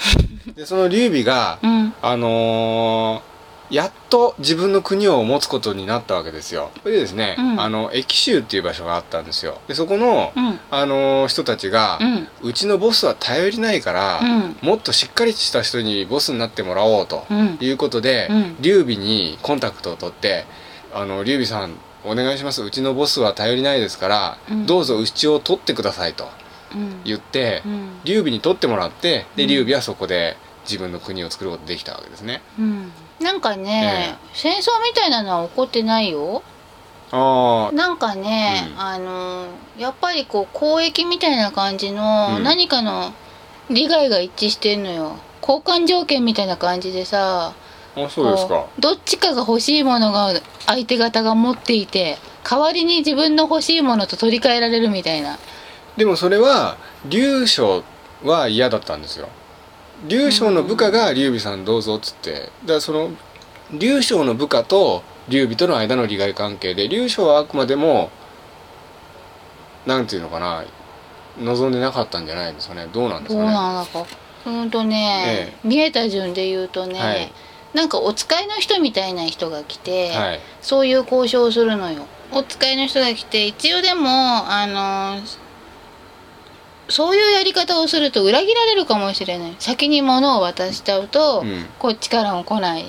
[SPEAKER 1] でその劉備が、
[SPEAKER 2] うん
[SPEAKER 1] あのーやっと自分の国を持つことになったわけですよそれでですね、
[SPEAKER 2] うん
[SPEAKER 1] あの駅州っていう場所があったんですよでそこの、
[SPEAKER 2] うん
[SPEAKER 1] あのー人たちが、
[SPEAKER 2] うん
[SPEAKER 1] うちのボスは頼りないから、
[SPEAKER 2] うん
[SPEAKER 1] もっとしっかりした人にボスになってもらおうと
[SPEAKER 2] うん
[SPEAKER 1] いうことで、
[SPEAKER 2] うん
[SPEAKER 1] 劉備にコンタクトを取って「あの劉備さんお願いしますうちのボスは頼りないですから、
[SPEAKER 2] うん
[SPEAKER 1] どうぞうちを取ってください」と
[SPEAKER 2] うん
[SPEAKER 1] 言って、
[SPEAKER 2] うん
[SPEAKER 1] 劉備に取ってもらってで
[SPEAKER 2] うん
[SPEAKER 1] 劉備はそこで自分の国を作ることができたわけですね。
[SPEAKER 2] うんなんかね、戦争みたいなのは起こってないよ
[SPEAKER 1] あ
[SPEAKER 2] なんかね、
[SPEAKER 1] うん
[SPEAKER 2] あのやっぱりこう交易みたいな感じの
[SPEAKER 1] うん
[SPEAKER 2] 何かの利害が一致してんのよ交換条件みたいな感じでさ
[SPEAKER 1] ーあそうですか
[SPEAKER 2] こ。うどっちかが欲しいものが相手方が持っていて代わりに自分の欲しいものと取り替えられるみたいな
[SPEAKER 1] でもそれは劉将は嫌だったんですよ劉将の部下が劉備さんどうぞっつってだからその劉将の部下と劉備との間の利害関係で劉将はあくまでもなんていうのかな望んでなかったんじゃないですかねどうなんです
[SPEAKER 2] どう
[SPEAKER 1] かね
[SPEAKER 2] なのかうんとね
[SPEAKER 1] え、
[SPEAKER 2] 見えた順で言うとね、
[SPEAKER 1] はい
[SPEAKER 2] なんかお使いの人みたいな人が来て、
[SPEAKER 1] はい
[SPEAKER 2] そういう交渉をするのよお使いの人が来て一応でもあのそういうやり方をすると裏切られるかもしれない先に物を渡しちゃうと、
[SPEAKER 1] うん
[SPEAKER 2] こっちからも来ない、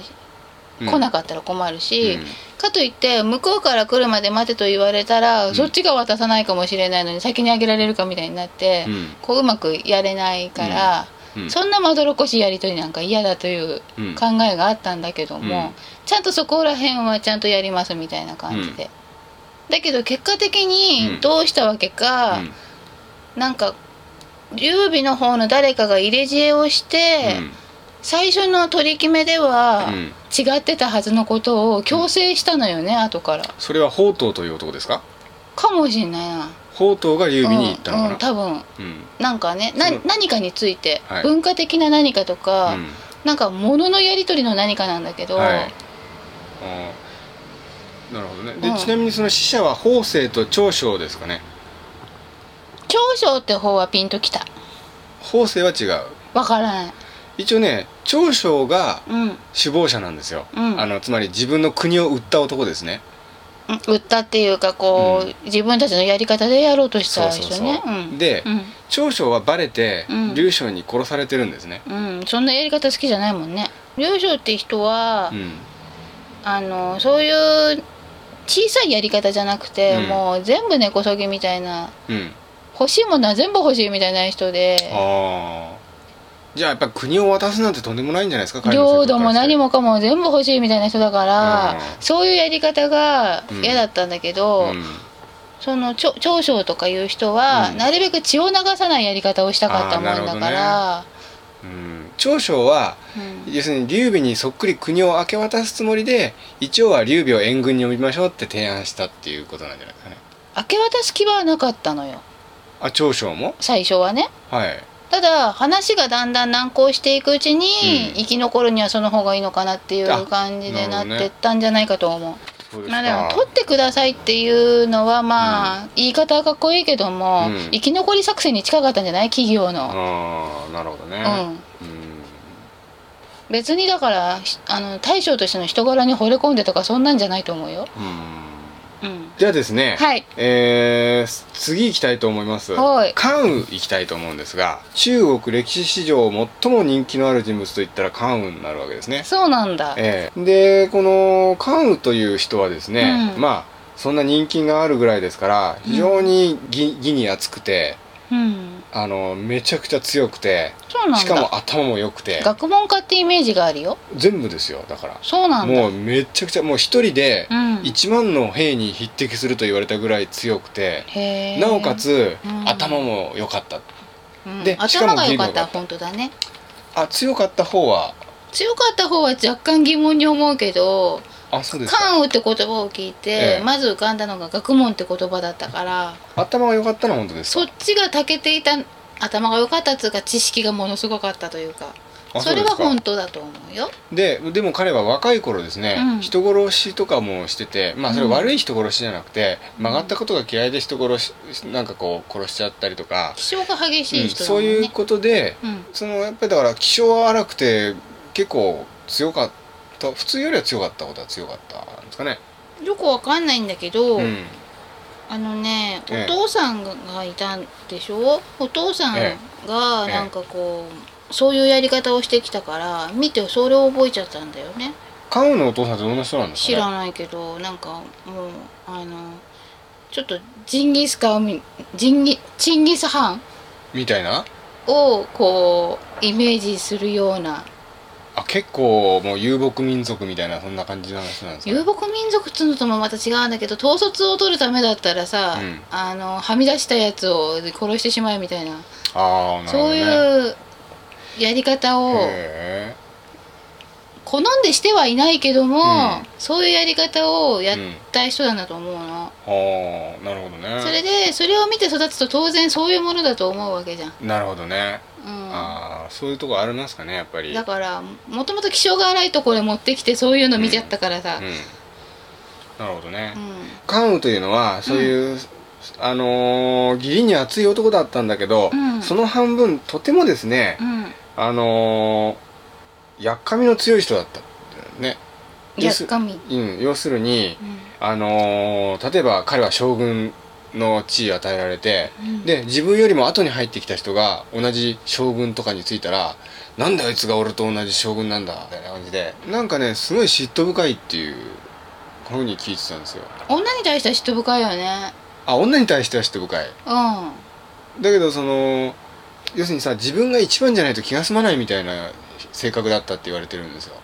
[SPEAKER 1] うん
[SPEAKER 2] 来なかったら困るし、
[SPEAKER 1] うん
[SPEAKER 2] かといって向こうから来るまで待てと言われたら、そっちが渡さないかもしれないのに先にあげられるかみたいになって、
[SPEAKER 1] うん
[SPEAKER 2] こううまくやれないから、
[SPEAKER 1] うん
[SPEAKER 2] そんなまどろっこしいやり取りなんか嫌だという
[SPEAKER 1] うん
[SPEAKER 2] 考えがあったんだけども、
[SPEAKER 1] うん
[SPEAKER 2] ちゃんとそこら辺はちゃんとやりますみたいな感じで、だけど結果的
[SPEAKER 1] う
[SPEAKER 2] に
[SPEAKER 1] ん
[SPEAKER 2] どうしたわけか、
[SPEAKER 1] うん
[SPEAKER 2] なんか劉備の方の誰かが入れ知恵をして、最初の取り決めでは
[SPEAKER 1] うんうん
[SPEAKER 2] 違ってたはずのことを強制したのよね、後から
[SPEAKER 1] それは宝刀という男ですか
[SPEAKER 2] かもしんないな
[SPEAKER 1] 宝刀が劉備に行ったの
[SPEAKER 2] うんうん、
[SPEAKER 1] かな
[SPEAKER 2] 多
[SPEAKER 1] う
[SPEAKER 2] 分
[SPEAKER 1] ん
[SPEAKER 2] なんかねな、
[SPEAKER 1] うん
[SPEAKER 2] 何かについて、
[SPEAKER 1] はい
[SPEAKER 2] 文化的な何かとか、
[SPEAKER 1] うん
[SPEAKER 2] なんか物のやり取りの何かなんだけど、
[SPEAKER 1] はい、あーなるほどねで、
[SPEAKER 2] うん
[SPEAKER 1] ちなみにその死者は法政と長将ですかね
[SPEAKER 2] 長所って方はピンときた
[SPEAKER 1] 法政は違う
[SPEAKER 2] わからない
[SPEAKER 1] 一応ね長将が
[SPEAKER 2] うん、うん、
[SPEAKER 1] 首謀者なんですよ、
[SPEAKER 2] うん
[SPEAKER 1] あのつまり自分の国を売った男ですね
[SPEAKER 2] 売ったっていうかこう、自分たちのやり方でやろうとした
[SPEAKER 1] そう
[SPEAKER 2] 人
[SPEAKER 1] そうそう
[SPEAKER 2] ねうん
[SPEAKER 1] で長将はバレて、
[SPEAKER 2] うん
[SPEAKER 1] 劉将に殺されてるんですね
[SPEAKER 2] うん、うん、そんなやり方好きじゃないもんね領将って人は、
[SPEAKER 1] うん
[SPEAKER 2] あのそういう小さいやり方じゃなくて、
[SPEAKER 1] うん
[SPEAKER 2] もう全部根こそぎみたいな
[SPEAKER 1] うん
[SPEAKER 2] 欲しいものは全部欲しいみたいな人で
[SPEAKER 1] ああじゃあやっぱ国を渡すなんてとんでもないんじゃないですか彼の
[SPEAKER 2] 領
[SPEAKER 1] 性
[SPEAKER 2] 土
[SPEAKER 1] 格か
[SPEAKER 2] も
[SPEAKER 1] らして
[SPEAKER 2] 何もかも全部欲しいみたいな人だから、
[SPEAKER 1] うん
[SPEAKER 2] そういうやり方が嫌だったんだけ
[SPEAKER 1] う
[SPEAKER 2] ど、
[SPEAKER 1] ん
[SPEAKER 2] その長長所とかいう人は、
[SPEAKER 1] うん
[SPEAKER 2] なるべく血を流さないやり方をしたかったもん
[SPEAKER 1] あーなる
[SPEAKER 2] だ
[SPEAKER 1] ほ
[SPEAKER 2] から、
[SPEAKER 1] うん、長将は
[SPEAKER 2] うん
[SPEAKER 1] 要するに劉備にそっくり国を明け渡すつもりで一応は劉備を援軍に呼びましょうって提案したっていうことなんじゃないですかね
[SPEAKER 2] 明け渡す気はなかったのよ
[SPEAKER 1] あ長将も
[SPEAKER 2] 最初はね
[SPEAKER 1] はい
[SPEAKER 2] ただ話がだんだん難航していくうちに、
[SPEAKER 1] うん
[SPEAKER 2] 生き残るにはその方がいいのかなっていう
[SPEAKER 1] あ
[SPEAKER 2] 感じでな
[SPEAKER 1] な
[SPEAKER 2] っ
[SPEAKER 1] るほどね
[SPEAKER 2] てったんじゃないかと思う
[SPEAKER 1] そうです
[SPEAKER 2] ま
[SPEAKER 1] か
[SPEAKER 2] あでも取ってくださいっていうのはまあ、言い方はかっこいいけども、
[SPEAKER 1] うん
[SPEAKER 2] 生き残り作戦に近かったんじゃない企業の、
[SPEAKER 1] ああなるほどねうん
[SPEAKER 2] 別にだからひあの大将としての人柄に惚れ込んでとかそんなんじゃないと思うよ、
[SPEAKER 1] うん
[SPEAKER 2] うん、
[SPEAKER 1] じゃあですね
[SPEAKER 2] はい
[SPEAKER 1] えー次行きたいと思います
[SPEAKER 2] はい
[SPEAKER 1] 関羽行きたいと思うんですが中国歴史史上最も人気のある人物といったら関羽になるわけですね
[SPEAKER 2] そうなんだ
[SPEAKER 1] ええでこの関羽という人はですね、
[SPEAKER 2] うん
[SPEAKER 1] まあそんな人気があるぐらいですから非常に義義に厚くて
[SPEAKER 2] うん
[SPEAKER 1] あのめちゃくちゃ強くて
[SPEAKER 2] そうなん
[SPEAKER 1] しか
[SPEAKER 2] だ
[SPEAKER 1] も頭も良くて
[SPEAKER 2] 学問家ってイメージがあるよ
[SPEAKER 1] 全部ですよだから
[SPEAKER 2] そうなんだ
[SPEAKER 1] もうめちゃくちゃもう一人で
[SPEAKER 2] うん
[SPEAKER 1] 1万の兵に匹敵すると言われたぐらい強くて、
[SPEAKER 2] へー
[SPEAKER 1] なおか、つ、
[SPEAKER 2] うん
[SPEAKER 1] 頭も良かった
[SPEAKER 2] うん
[SPEAKER 1] でしかも
[SPEAKER 2] 頭が良かっ
[SPEAKER 1] 義務が
[SPEAKER 2] た
[SPEAKER 1] あった
[SPEAKER 2] 本当だね
[SPEAKER 1] あ強かった方は
[SPEAKER 2] 強かった方は若干疑問に思うけど
[SPEAKER 1] あそうですか
[SPEAKER 2] 関羽って言葉を聞いて、
[SPEAKER 1] ええ
[SPEAKER 2] まず浮かんだのが学問って言葉だったから
[SPEAKER 1] 頭が良かったのは本当です
[SPEAKER 2] そっちが長けていた頭が良かったというか知識がものすごかったというか
[SPEAKER 1] あ
[SPEAKER 2] それ
[SPEAKER 1] で
[SPEAKER 2] は
[SPEAKER 1] すか
[SPEAKER 2] 本当だと思うよ
[SPEAKER 1] ででも彼は若い頃ですね、
[SPEAKER 2] うん
[SPEAKER 1] 人殺しとかもしててまあそれ
[SPEAKER 2] うん
[SPEAKER 1] 悪い人殺しじゃなくて、
[SPEAKER 2] うん
[SPEAKER 1] 曲がったことが嫌いで人殺しなんかこう殺しちゃったりとか、
[SPEAKER 2] 気性が激し
[SPEAKER 1] うん
[SPEAKER 2] い人だも
[SPEAKER 1] そうんいう
[SPEAKER 2] ね、
[SPEAKER 1] ことで
[SPEAKER 2] うん
[SPEAKER 1] そのやっぱりだから気性は荒くて結構強かった普通よりは強かったことは強かったんですかね。
[SPEAKER 2] よくわかんないんだけど、
[SPEAKER 1] うん
[SPEAKER 2] あのね
[SPEAKER 1] ええ
[SPEAKER 2] お父さんがいたんでしょお父さん
[SPEAKER 1] え
[SPEAKER 2] が
[SPEAKER 1] ええ
[SPEAKER 2] なんかこうそういうやり方をしてきたから見てそれを覚えちゃったんだよね
[SPEAKER 1] カウのお父さんってどんな人なんですか
[SPEAKER 2] 知
[SPEAKER 1] ね
[SPEAKER 2] らないけどなんかもうあのちょっとジンギスカンみジンギチンギスハン
[SPEAKER 1] みたいな
[SPEAKER 2] をこうイメージするような
[SPEAKER 1] あ結構もう遊牧民族みたいなそんな感じの人なんですかね
[SPEAKER 2] 遊牧民族っつうのともまた違うんだけど統率を取るためだったらさ、
[SPEAKER 1] うん
[SPEAKER 2] あのはみ出したやつを殺してしまえみたいな
[SPEAKER 1] ああなるほど
[SPEAKER 2] そう
[SPEAKER 1] ね
[SPEAKER 2] いうやり方を
[SPEAKER 1] へ
[SPEAKER 2] 好んでしてはいないけども、
[SPEAKER 1] うん
[SPEAKER 2] そういうやり方をやった人なんだと思うの、
[SPEAKER 1] えああなるほどね
[SPEAKER 2] それでそれを見て育つと当然そういうものだと思うわけじゃん、
[SPEAKER 1] なるほどね、
[SPEAKER 2] う
[SPEAKER 1] ああそういうとこありますかねやっぱ
[SPEAKER 2] ん、
[SPEAKER 1] り
[SPEAKER 2] だからもともと気性が荒いところへ持ってきてそういうの見ちゃったからさ、
[SPEAKER 1] う
[SPEAKER 2] うん
[SPEAKER 1] んなるほどね、
[SPEAKER 2] うん
[SPEAKER 1] 関羽というのはそういう、あのー義理に熱い男だったんだけど、
[SPEAKER 2] うん
[SPEAKER 1] その半分とてもですね、あのーやっかみの強い人だったんだよね
[SPEAKER 2] や
[SPEAKER 1] 要
[SPEAKER 2] っ
[SPEAKER 1] す
[SPEAKER 2] かみ、
[SPEAKER 1] うん要するに
[SPEAKER 2] う
[SPEAKER 1] あのー例えば彼は将軍の地位を与えられて、
[SPEAKER 2] うん
[SPEAKER 1] で自分よりも後に入ってきた人が同じ将軍とかについたら「なんだあいつが俺と同じ将軍なんだ」みたいな感じでなんかねすごい嫉妬深いっていうふうに聞いてたんですよ
[SPEAKER 2] ん、女に対しては嫉妬深いよね
[SPEAKER 1] あ女に対しては嫉妬深い
[SPEAKER 2] うん
[SPEAKER 1] だけどその要するにさ自分が一番じゃないと気が済まないみたいな性格だったって言われてるんですよ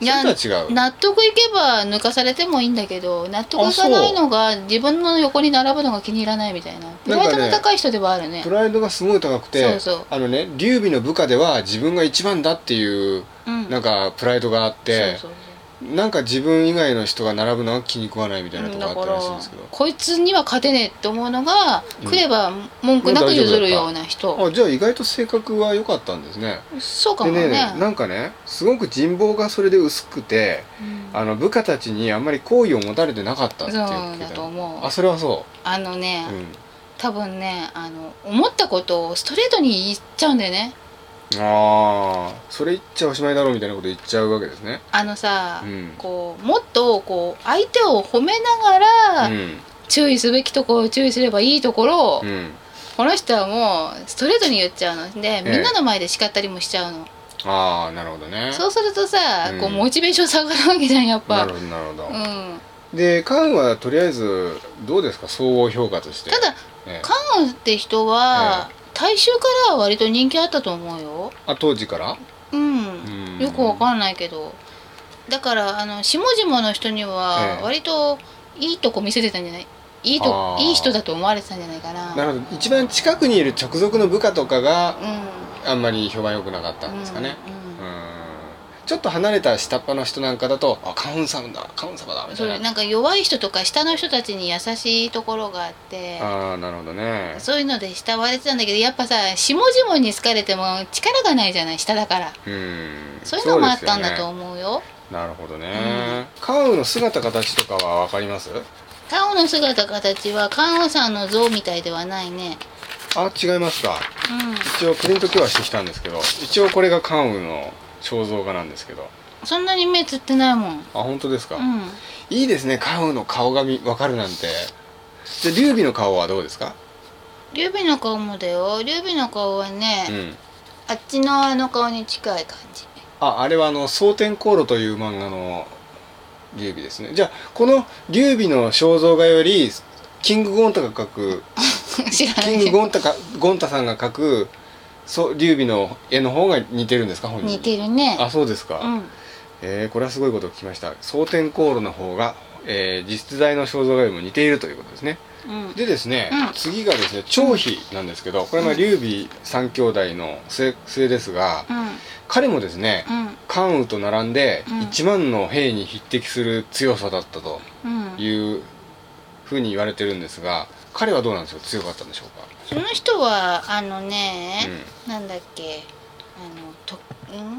[SPEAKER 1] そ
[SPEAKER 2] い
[SPEAKER 1] れ
[SPEAKER 2] や
[SPEAKER 1] とは違う
[SPEAKER 2] 納得いけば抜かされてもいいんだけど納得いかないのが自分の横に並ぶのが気に入らないみたいなプライドの高い人ではあるね
[SPEAKER 1] プライドがすごい高くて
[SPEAKER 2] そうそう
[SPEAKER 1] あのね劉備の部下では自分が一番だっていう
[SPEAKER 2] うん
[SPEAKER 1] なんかプライドがあって
[SPEAKER 2] そうそう
[SPEAKER 1] なんか自分以外の人が並ぶのは気に食わないみた
[SPEAKER 2] そう
[SPEAKER 1] いなと
[SPEAKER 2] うん
[SPEAKER 1] こが
[SPEAKER 2] だ
[SPEAKER 1] あっ
[SPEAKER 2] か
[SPEAKER 1] たらしいんですけ
[SPEAKER 2] らこいつには勝てねえって思うのが
[SPEAKER 1] うん
[SPEAKER 2] 来れば文句なく譲るような
[SPEAKER 1] ど
[SPEAKER 2] 人
[SPEAKER 1] あじゃあ意外と性格は良かったんですね
[SPEAKER 2] そうか
[SPEAKER 1] で
[SPEAKER 2] もね
[SPEAKER 1] ねなんかねすごく人望がそれで薄くて
[SPEAKER 2] うん
[SPEAKER 1] あの部下たちにあんまり好意を持たれてなかったっていう
[SPEAKER 2] そうだと思う
[SPEAKER 1] あそれはそ
[SPEAKER 2] あのね
[SPEAKER 1] う、うん、
[SPEAKER 2] 多分ねあの思ったことをストレートに言っちゃうんだよね
[SPEAKER 1] ああそれ言っちゃおしまいだろうみたいなこと言っちゃうわけですね
[SPEAKER 2] あのさ、
[SPEAKER 1] うん
[SPEAKER 2] こうもっとこう相手を褒めながら、
[SPEAKER 1] うん
[SPEAKER 2] 注意すべきところを注意すればいいところを、
[SPEAKER 1] うん
[SPEAKER 2] この人はもうストレートに言っちゃうので
[SPEAKER 1] え
[SPEAKER 2] みんなの前で叱ったりもしちゃうの、
[SPEAKER 1] ああなるほどね
[SPEAKER 2] そうするとさ、
[SPEAKER 1] うん
[SPEAKER 2] こうモチベーション下がるわけじゃんやっ
[SPEAKER 1] な
[SPEAKER 2] ぱ
[SPEAKER 1] るほどなるほど、
[SPEAKER 2] うん、
[SPEAKER 1] でカンはとりあえずどうですか総合評価として
[SPEAKER 2] ただ
[SPEAKER 1] ええ
[SPEAKER 2] カンウって人は、大衆からは割と人気あったと思うよ
[SPEAKER 1] あ当時から
[SPEAKER 2] うん、
[SPEAKER 1] うん
[SPEAKER 2] よくわかんないけどだからあの下々の人に
[SPEAKER 1] え
[SPEAKER 2] は
[SPEAKER 1] え
[SPEAKER 2] 割といいとこ見せてたんじゃないいいと
[SPEAKER 1] あー
[SPEAKER 2] いい人だと思われてたんじゃないかな
[SPEAKER 1] なるほど一番近くにいる直属の部下とかが
[SPEAKER 2] う
[SPEAKER 1] あんまり評判良くなかったん
[SPEAKER 2] ん
[SPEAKER 1] ですかね、
[SPEAKER 2] うん
[SPEAKER 1] うんちょっと離れた下っ端の人なんかだと「あカウン様だカウン様だ」み
[SPEAKER 2] そ
[SPEAKER 1] た
[SPEAKER 2] れ
[SPEAKER 1] いな
[SPEAKER 2] なんか弱い人とか下の人たちに優しいところがあって
[SPEAKER 1] ああなるほどね
[SPEAKER 2] そういうので慕われてたんだけどやっぱさ下々に好かれても力がないじゃない下だから
[SPEAKER 1] うん
[SPEAKER 2] そういうのもあったんだと
[SPEAKER 1] そうで
[SPEAKER 2] 思うよ
[SPEAKER 1] すよねなるほどね、カウンの姿形とかは分かります
[SPEAKER 2] カオの姿形はカオさんの像みたいではないね
[SPEAKER 1] あ違いますか
[SPEAKER 2] う
[SPEAKER 1] 一応プリント今日はしてきたんですけど一応これがカウンの肖像画なんですけど
[SPEAKER 2] んそんなに目つってないもん
[SPEAKER 1] あ本当ですか、
[SPEAKER 2] うん
[SPEAKER 1] いいですねカウンの顔がみ分かるなんてで劉備の顔はどうですか
[SPEAKER 2] 劉備の顔もだよ劉備の顔はね、
[SPEAKER 1] うん
[SPEAKER 2] あっちのあの顔に近い感 じ
[SPEAKER 1] ああれはあの「蒼天航路」という漫画の劉備ですねじゃあこの劉備の肖像画よりキングゴンタが描く
[SPEAKER 2] 知らな
[SPEAKER 1] キ
[SPEAKER 2] い
[SPEAKER 1] ング
[SPEAKER 2] けど
[SPEAKER 1] ゴンタかゴンタさんが描くそう劉備の絵の方が似てるんですか本人
[SPEAKER 2] 似てるね
[SPEAKER 1] あそうですか、
[SPEAKER 2] うん
[SPEAKER 1] えーこれはすごいことを聞きました蒼天航路の方が、えー実在の肖像画よりも似ているということですね
[SPEAKER 2] うん
[SPEAKER 1] でですね、
[SPEAKER 2] うん
[SPEAKER 1] 次がですね張飛なんですけどこれはまあ劉備三兄弟の末末ですが、
[SPEAKER 2] うん
[SPEAKER 1] 彼もですね、
[SPEAKER 2] うん
[SPEAKER 1] 関羽と並んで
[SPEAKER 2] うん
[SPEAKER 1] 1万の兵に匹敵する強さだったと
[SPEAKER 2] うん
[SPEAKER 1] いうふうに言われてるんですが彼はどうなんですか強かったんでしょうか、
[SPEAKER 2] その人はあのね、なんだっけあのとうん違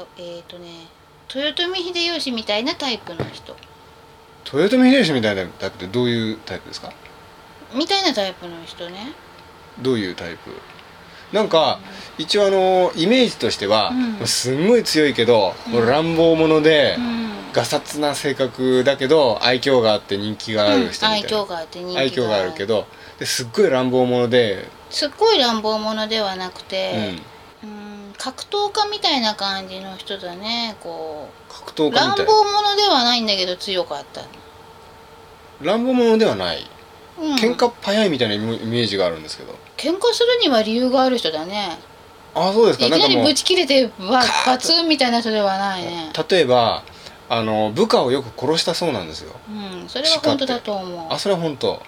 [SPEAKER 2] うえっ、とね豊臣秀吉みたいなタイプの人
[SPEAKER 1] 豊臣秀吉みたいなタイプってどういうタイプですか
[SPEAKER 2] みたいなタイプの人ね
[SPEAKER 1] どういうタイプなんか一応あのイメージとしては、
[SPEAKER 2] うん
[SPEAKER 1] すんごい強いけど、
[SPEAKER 2] うん
[SPEAKER 1] 乱暴者で、
[SPEAKER 2] うん
[SPEAKER 1] ガサツな性格だけど愛嬌があって人気があ
[SPEAKER 2] うん
[SPEAKER 1] る人みたい
[SPEAKER 2] 愛
[SPEAKER 1] な、
[SPEAKER 2] 嬌があって人気が
[SPEAKER 1] 愛嬌があるけどですっごい乱暴者で、
[SPEAKER 2] すっごい乱暴者ではなくて
[SPEAKER 1] うん、
[SPEAKER 2] うん格闘家みたいな感じの人だねこ
[SPEAKER 1] 格
[SPEAKER 2] う
[SPEAKER 1] 闘家
[SPEAKER 2] 乱
[SPEAKER 1] みた
[SPEAKER 2] 暴
[SPEAKER 1] いな
[SPEAKER 2] 者ではないんだけど強かった、
[SPEAKER 1] 乱暴者ではない
[SPEAKER 2] うん、
[SPEAKER 1] 喧嘩早いみたいなイメイメージがあるんですけど
[SPEAKER 2] 喧嘩するには理由がある人だね
[SPEAKER 1] あそうですか
[SPEAKER 2] いき
[SPEAKER 1] なん
[SPEAKER 2] な
[SPEAKER 1] か
[SPEAKER 2] り
[SPEAKER 1] もう
[SPEAKER 2] ぶち切れてババツンみたいな人ではないね
[SPEAKER 1] 例えばあの部下をよく殺したそうなんですよ
[SPEAKER 2] うんそれは本当だと思う
[SPEAKER 1] あそれは本当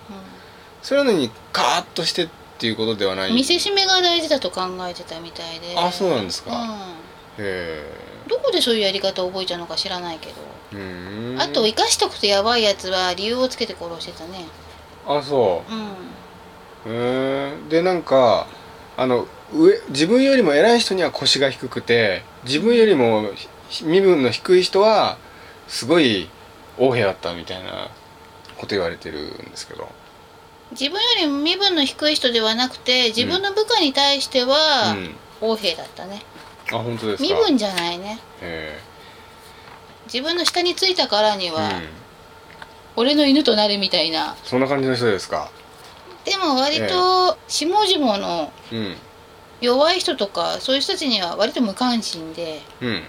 [SPEAKER 1] それなのにカーッとしてっていうことではな
[SPEAKER 2] う
[SPEAKER 1] い
[SPEAKER 2] ん見せしめが大事だと考えてたみたいで
[SPEAKER 1] あそうなんですか、へ
[SPEAKER 2] うん、どこでそういうやり方を覚えたのか知らないけど、
[SPEAKER 1] えうーん
[SPEAKER 2] あと生かしとくとやばいやつは理由をつけて殺してたね
[SPEAKER 1] あそ
[SPEAKER 2] うん
[SPEAKER 1] うへえでなんかあの上自分よりも偉い人には腰が低くて自分よりもひ身分の低い人はすごい横柄だったみたいなこと言われてるんですけど
[SPEAKER 2] 自分よりも身分の低い人ではなくて自分の部下に対しては
[SPEAKER 1] うん
[SPEAKER 2] 横兵だったね、
[SPEAKER 1] あ本当ですか
[SPEAKER 2] 身分じゃないね
[SPEAKER 1] へ
[SPEAKER 2] 自分の下についたからに
[SPEAKER 1] えう
[SPEAKER 2] は、
[SPEAKER 1] ん
[SPEAKER 2] 俺の犬となるみたいな
[SPEAKER 1] そんな感じの人ですか
[SPEAKER 2] でも割
[SPEAKER 1] え
[SPEAKER 2] と下々の
[SPEAKER 1] うん
[SPEAKER 2] 弱い人とかそういう人たちには割と無関心で
[SPEAKER 1] うん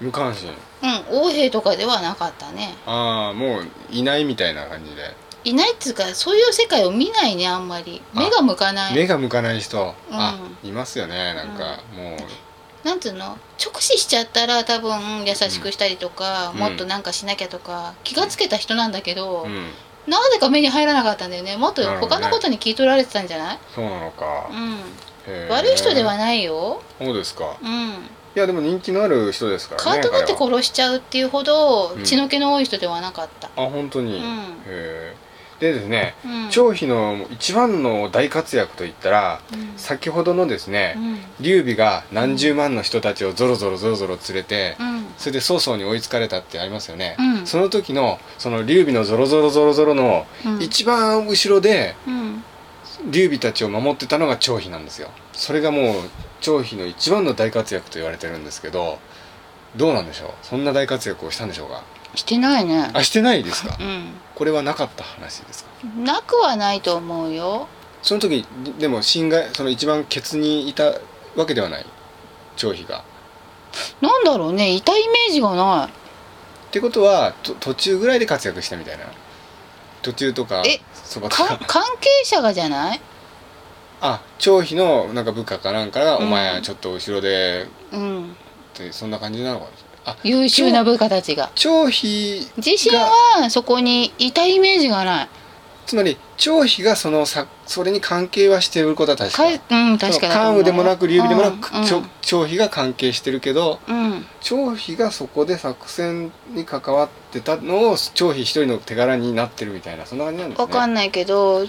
[SPEAKER 1] 無関心
[SPEAKER 2] うん横兵とかではなかったね
[SPEAKER 1] ああもういないみたいな感じで
[SPEAKER 2] いないっつうかそういう世界を見ないねあんまり
[SPEAKER 1] あ
[SPEAKER 2] 目が向かない
[SPEAKER 1] 目が向かない人、あいますよねなんか、もう
[SPEAKER 2] なんつうの直視しちゃったら多分優しくしたりとか、
[SPEAKER 1] うん
[SPEAKER 2] もっとなんかしなきゃとか気がつけた人なんだけど、
[SPEAKER 1] うん
[SPEAKER 2] なぜか目に入らなかったんだよねもっと
[SPEAKER 1] なるほど
[SPEAKER 2] 他
[SPEAKER 1] ね
[SPEAKER 2] のことに聞い取られてたんじゃない、
[SPEAKER 1] そうなのか、
[SPEAKER 2] う
[SPEAKER 1] へ
[SPEAKER 2] ん
[SPEAKER 1] え
[SPEAKER 2] 悪い人ではないよ、
[SPEAKER 1] そうですか
[SPEAKER 2] うん、
[SPEAKER 1] いやでも人気のある人ですからね
[SPEAKER 2] カートだって
[SPEAKER 1] 彼は
[SPEAKER 2] 殺しちゃうっていうほど
[SPEAKER 1] うん
[SPEAKER 2] 血の気の多い人ではなかった、
[SPEAKER 1] あ本当に、
[SPEAKER 2] うん
[SPEAKER 1] へえでですね
[SPEAKER 2] うん
[SPEAKER 1] 張飛の一番の大活躍といったら
[SPEAKER 2] うん
[SPEAKER 1] 先ほどのですね、
[SPEAKER 2] うん
[SPEAKER 1] 劉備が何十万の人たちをゾロゾロゾロゾロ連れて、
[SPEAKER 2] うん
[SPEAKER 1] それで曹操に追いつかれたってありますよね、
[SPEAKER 2] うん
[SPEAKER 1] その時のその劉備のゾロゾロゾロゾロの
[SPEAKER 2] うん
[SPEAKER 1] 一番後ろで、
[SPEAKER 2] うん
[SPEAKER 1] 劉備たちを守ってたのが張飛なんですよそれがもう張飛の一番の大活躍と言われてるんですけどどうなんでしょうそんな大活躍をしたんでしょうか
[SPEAKER 2] してないね
[SPEAKER 1] あしてないです か
[SPEAKER 2] う
[SPEAKER 1] これはなかった話ですか
[SPEAKER 2] んなくはないと思うよ
[SPEAKER 1] その時でも侵害その一番ケツにいたわけではない張飛が
[SPEAKER 2] なんだろうねいたイメージがな
[SPEAKER 1] ってことはと途中ぐらいで活躍したみたいな途中とか
[SPEAKER 2] え
[SPEAKER 1] そ
[SPEAKER 2] い
[SPEAKER 1] ばと
[SPEAKER 2] か
[SPEAKER 1] か
[SPEAKER 2] 関係者がじゃない
[SPEAKER 1] あ張飛のなんか部下かなんかが「
[SPEAKER 2] うん
[SPEAKER 1] お前はちょっと後ろで」
[SPEAKER 2] うん
[SPEAKER 1] ってそんな感じなのかもしれないあ
[SPEAKER 2] 優秀な部下たちが
[SPEAKER 1] 張飛
[SPEAKER 2] 自身はそこにいたイメージがない
[SPEAKER 1] つまり張飛がそのさそれに関係はしていることは確
[SPEAKER 2] か
[SPEAKER 1] か
[SPEAKER 2] うん確かだと思
[SPEAKER 1] 関
[SPEAKER 2] う
[SPEAKER 1] 羽でもなく劉備でもなく、
[SPEAKER 2] うん
[SPEAKER 1] ちょ張飛が関係してるけど
[SPEAKER 2] うんうん
[SPEAKER 1] 張飛がそこで作戦に関わってたのを張飛一人の手柄になってるみたいなそんな感じなんですね
[SPEAKER 2] わかんないけど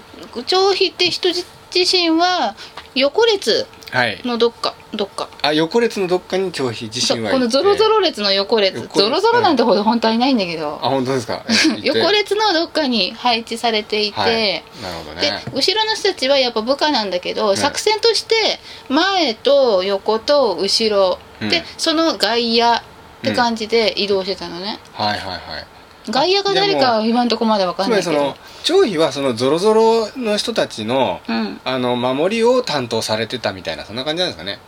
[SPEAKER 2] 張飛って人自身は横列
[SPEAKER 1] はい
[SPEAKER 2] のどっかどっか
[SPEAKER 1] あ横列のどっかに張飛自
[SPEAKER 2] そう
[SPEAKER 1] 身は
[SPEAKER 2] この
[SPEAKER 1] いて
[SPEAKER 2] ゾロゾロ列の横列
[SPEAKER 1] 横列
[SPEAKER 2] ゾロゾロなんてほど本当はいないんだけど
[SPEAKER 1] あ本当ですか
[SPEAKER 2] 横
[SPEAKER 1] 列
[SPEAKER 2] 列のどっかに配置されていて、
[SPEAKER 1] はいなるほど
[SPEAKER 2] で
[SPEAKER 1] ね
[SPEAKER 2] 後ろの人たちはやっぱ部下なんだけど、
[SPEAKER 1] い
[SPEAKER 2] 作戦として前と横と後ろ、
[SPEAKER 1] うん
[SPEAKER 2] でその外野って感じで移動してたのね、
[SPEAKER 1] はいはいはい
[SPEAKER 2] 外野が誰かは今のとこまでわか
[SPEAKER 1] つ
[SPEAKER 2] ん
[SPEAKER 1] ま
[SPEAKER 2] な
[SPEAKER 1] り
[SPEAKER 2] いけ
[SPEAKER 1] その
[SPEAKER 2] ど
[SPEAKER 1] 張飛はそのゾロゾロの人たちの
[SPEAKER 2] うん
[SPEAKER 1] あの守りを担当されてたみたいなそんな感じなんですかね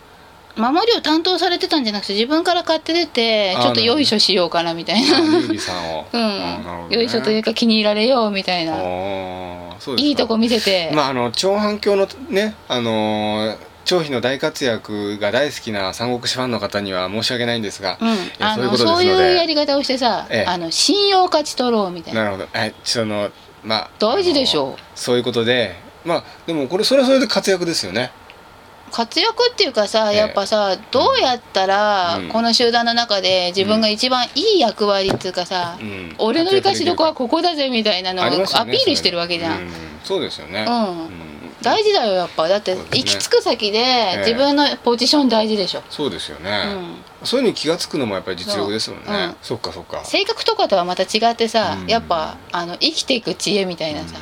[SPEAKER 2] 守りを担当されてたんじゃなくて自分から買って出て
[SPEAKER 1] あー
[SPEAKER 2] ちょっとよいしょしようかなみたいな
[SPEAKER 1] 劉備さんをあなる
[SPEAKER 2] う
[SPEAKER 1] ほどね
[SPEAKER 2] ん、よいしょというか気に入られようみたいな
[SPEAKER 1] あーそうですか
[SPEAKER 2] いいとこ見せて、
[SPEAKER 1] まああの長反響のねあのー張飛の大活躍が大好きな三国志ファンの方には申し訳ないんですが、
[SPEAKER 2] うん、あ
[SPEAKER 1] そういう
[SPEAKER 2] の
[SPEAKER 1] ことですので
[SPEAKER 2] そういうやり方をしてさ、
[SPEAKER 1] ええ
[SPEAKER 2] あの信用勝ち取ろうみたいな
[SPEAKER 1] なるほどはいそのまあ
[SPEAKER 2] 大事でし
[SPEAKER 1] あの
[SPEAKER 2] ょ
[SPEAKER 1] そういうことでまあでもこれそれはそれで活躍ですよね
[SPEAKER 2] 活躍っていうかさ
[SPEAKER 1] ええ
[SPEAKER 2] やっぱさ、どうやったら
[SPEAKER 1] うん
[SPEAKER 2] この集団の中で自分が一番いい役割っていうかさ、
[SPEAKER 1] うん
[SPEAKER 2] 俺の生かしどころはここだぜみたいなのを
[SPEAKER 1] ありますよ
[SPEAKER 2] ア
[SPEAKER 1] ね
[SPEAKER 2] ピールしてるわけじゃ
[SPEAKER 1] そ
[SPEAKER 2] ん、
[SPEAKER 1] れうんそうですよね、
[SPEAKER 2] うん
[SPEAKER 1] うん
[SPEAKER 2] 大事だよやっぱだって
[SPEAKER 1] そうですね
[SPEAKER 2] 行き着く先で
[SPEAKER 1] え
[SPEAKER 2] 自分のポジション大事でしょ、
[SPEAKER 1] そうですよ
[SPEAKER 2] う
[SPEAKER 1] ね、
[SPEAKER 2] ん、
[SPEAKER 1] そういうのに気が付くのもやっぱり実力ですもんね
[SPEAKER 2] そううん
[SPEAKER 1] そっかそっか
[SPEAKER 2] 性格とかとはまた違ってさ、
[SPEAKER 1] うん
[SPEAKER 2] やっぱあの生きていく知恵みたいなさ、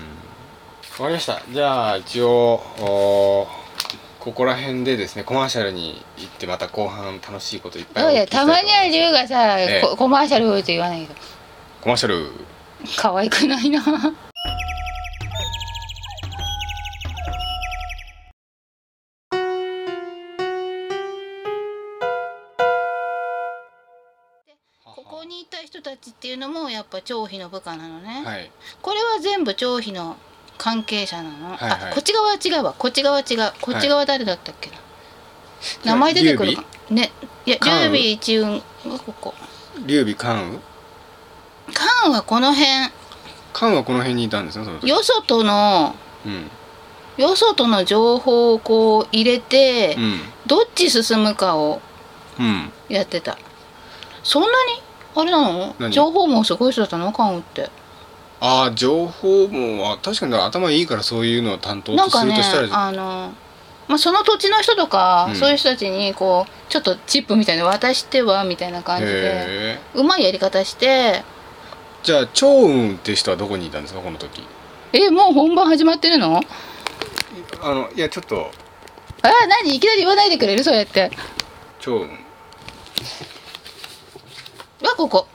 [SPEAKER 1] わかりましたじゃあ一応おここら辺でですねコマーシャルに行ってまた後半楽しいこといっぱい
[SPEAKER 2] そう
[SPEAKER 1] お
[SPEAKER 2] だ
[SPEAKER 1] 聞
[SPEAKER 2] よ
[SPEAKER 1] きしたい
[SPEAKER 2] た
[SPEAKER 1] と思
[SPEAKER 2] ま
[SPEAKER 1] い
[SPEAKER 2] には
[SPEAKER 1] す
[SPEAKER 2] 龍がさ、
[SPEAKER 1] ええ
[SPEAKER 2] ココマーシャルって言わないけど
[SPEAKER 1] コマーシャル
[SPEAKER 2] 可愛くないなここにいた人たちっていうのもやっぱ張飛の部下なのね、
[SPEAKER 1] はい
[SPEAKER 2] これは全部張飛の関係者な
[SPEAKER 1] はい
[SPEAKER 2] の、
[SPEAKER 1] はい
[SPEAKER 2] あこっち側は違うわこっち側は違うこっち側誰だったっけな、名前出てくるかねいや
[SPEAKER 1] 関羽
[SPEAKER 2] 劉備一雲がここ
[SPEAKER 1] 劉備関羽
[SPEAKER 2] 関はこの辺
[SPEAKER 1] 関羽はこの辺にいたんですねその時
[SPEAKER 2] よそとの
[SPEAKER 1] うん
[SPEAKER 2] よそとの情報をこう入れて、
[SPEAKER 1] うん
[SPEAKER 2] どっち進むかを
[SPEAKER 1] うん
[SPEAKER 2] やってたそんなにあれなの
[SPEAKER 1] 何
[SPEAKER 2] 情報もすごい人だったの関羽って
[SPEAKER 1] ああ情報網は確かに頭いいからそういうのを担当
[SPEAKER 2] なん
[SPEAKER 1] す
[SPEAKER 2] か
[SPEAKER 1] る
[SPEAKER 2] ね
[SPEAKER 1] としたら、
[SPEAKER 2] あの、まあ、その土地の人とか、
[SPEAKER 1] うん
[SPEAKER 2] そういう人たちにこうちょっとチップみたいなの渡してはみたいな感じで
[SPEAKER 1] へえ
[SPEAKER 2] うまいやり方して
[SPEAKER 1] じゃあ趙雲って人はどこにいたんですかこの時
[SPEAKER 2] えもう本番始まってるの
[SPEAKER 1] あのいやちょっと
[SPEAKER 2] あ何いきなり言わないでくれるそうやって
[SPEAKER 1] 趙雲
[SPEAKER 2] はここ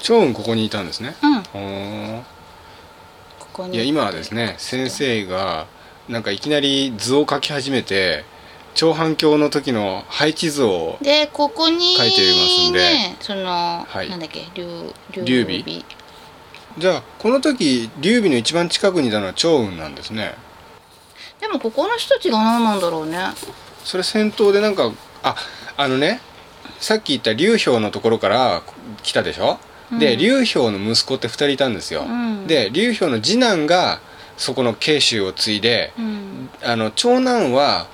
[SPEAKER 1] 趙雲ここにいたんですね
[SPEAKER 2] うん
[SPEAKER 1] ほー
[SPEAKER 2] ここに
[SPEAKER 1] いや今はですね先生がなんかいきなり図を描き始めて長反響の時の配置図を
[SPEAKER 2] でここに
[SPEAKER 1] 書いてますんで
[SPEAKER 2] ねその、
[SPEAKER 1] はい
[SPEAKER 2] なんだっけ劉
[SPEAKER 1] 劉備じゃあこの時劉備の一番近くにいたのは趙雲なんですね
[SPEAKER 2] でもここの人たちが何なんだろうね
[SPEAKER 1] それ戦闘でなんかああのねさっき言った劉氷のところから来たでしょ、
[SPEAKER 2] う
[SPEAKER 1] で
[SPEAKER 2] ん
[SPEAKER 1] 劉氷の息子って2人いたんですよ、
[SPEAKER 2] うん
[SPEAKER 1] で劉氷の次男がそこの慶州を継いで
[SPEAKER 2] うん
[SPEAKER 1] あの長男は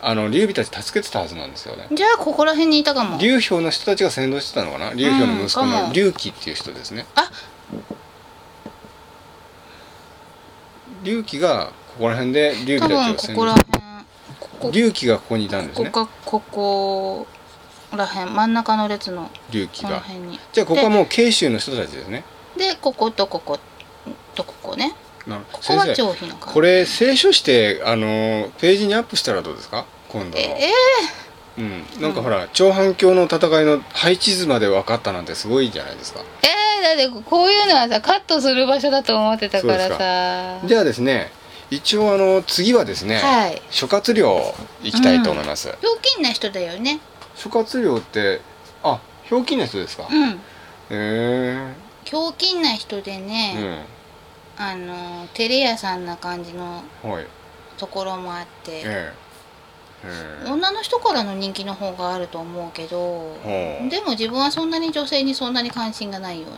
[SPEAKER 1] あの劉備たち助けてたはずなんですよね
[SPEAKER 2] じゃあここら辺にいたかも
[SPEAKER 1] 劉氷の人たちが先導してたのかな劉氷の息子
[SPEAKER 2] か
[SPEAKER 1] の
[SPEAKER 2] も
[SPEAKER 1] 劉貴っていう人ですね
[SPEAKER 2] あ
[SPEAKER 1] 劉貴がここら辺で劉
[SPEAKER 2] 多
[SPEAKER 1] 備たち
[SPEAKER 2] 分
[SPEAKER 1] を
[SPEAKER 2] こ
[SPEAKER 1] 先
[SPEAKER 2] こら
[SPEAKER 1] 導
[SPEAKER 2] 辺ここ
[SPEAKER 1] 劉貴がここにいたんです
[SPEAKER 2] ここ
[SPEAKER 1] ね
[SPEAKER 2] かここら辺真ん中の列の
[SPEAKER 1] 劉貴
[SPEAKER 2] この
[SPEAKER 1] が
[SPEAKER 2] 辺に
[SPEAKER 1] じゃあここはもう慶州の人たちですね
[SPEAKER 2] でこことこことここね
[SPEAKER 1] なるほど
[SPEAKER 2] ここは
[SPEAKER 1] 先生
[SPEAKER 2] 張飛のか
[SPEAKER 1] これ清書してあのページにアップしたらどうですか今度
[SPEAKER 2] え
[SPEAKER 1] の
[SPEAKER 2] え
[SPEAKER 1] うん、なんかほら長反響の戦いの配置図まで分かったなんてすごいじゃないですか
[SPEAKER 2] えー、だってこういうのはさカットする場所だと思ってたからさ
[SPEAKER 1] じゃあですね一応あの次はですね、
[SPEAKER 2] はい
[SPEAKER 1] 諸葛亮行きたいと思います、
[SPEAKER 2] ひょうきんな人だよね
[SPEAKER 1] 諸葛亮ってあひょうきんな人ですか、へ
[SPEAKER 2] うん
[SPEAKER 1] え
[SPEAKER 2] ひょうきんな人でね、あの照れ屋さんな感じの
[SPEAKER 1] うんはい
[SPEAKER 2] ところもあって、
[SPEAKER 1] ええええ
[SPEAKER 2] 女の人からの人気の方があると思うけど、
[SPEAKER 1] ほう
[SPEAKER 2] でも自分はそんなに女性にそんなに関心がないよう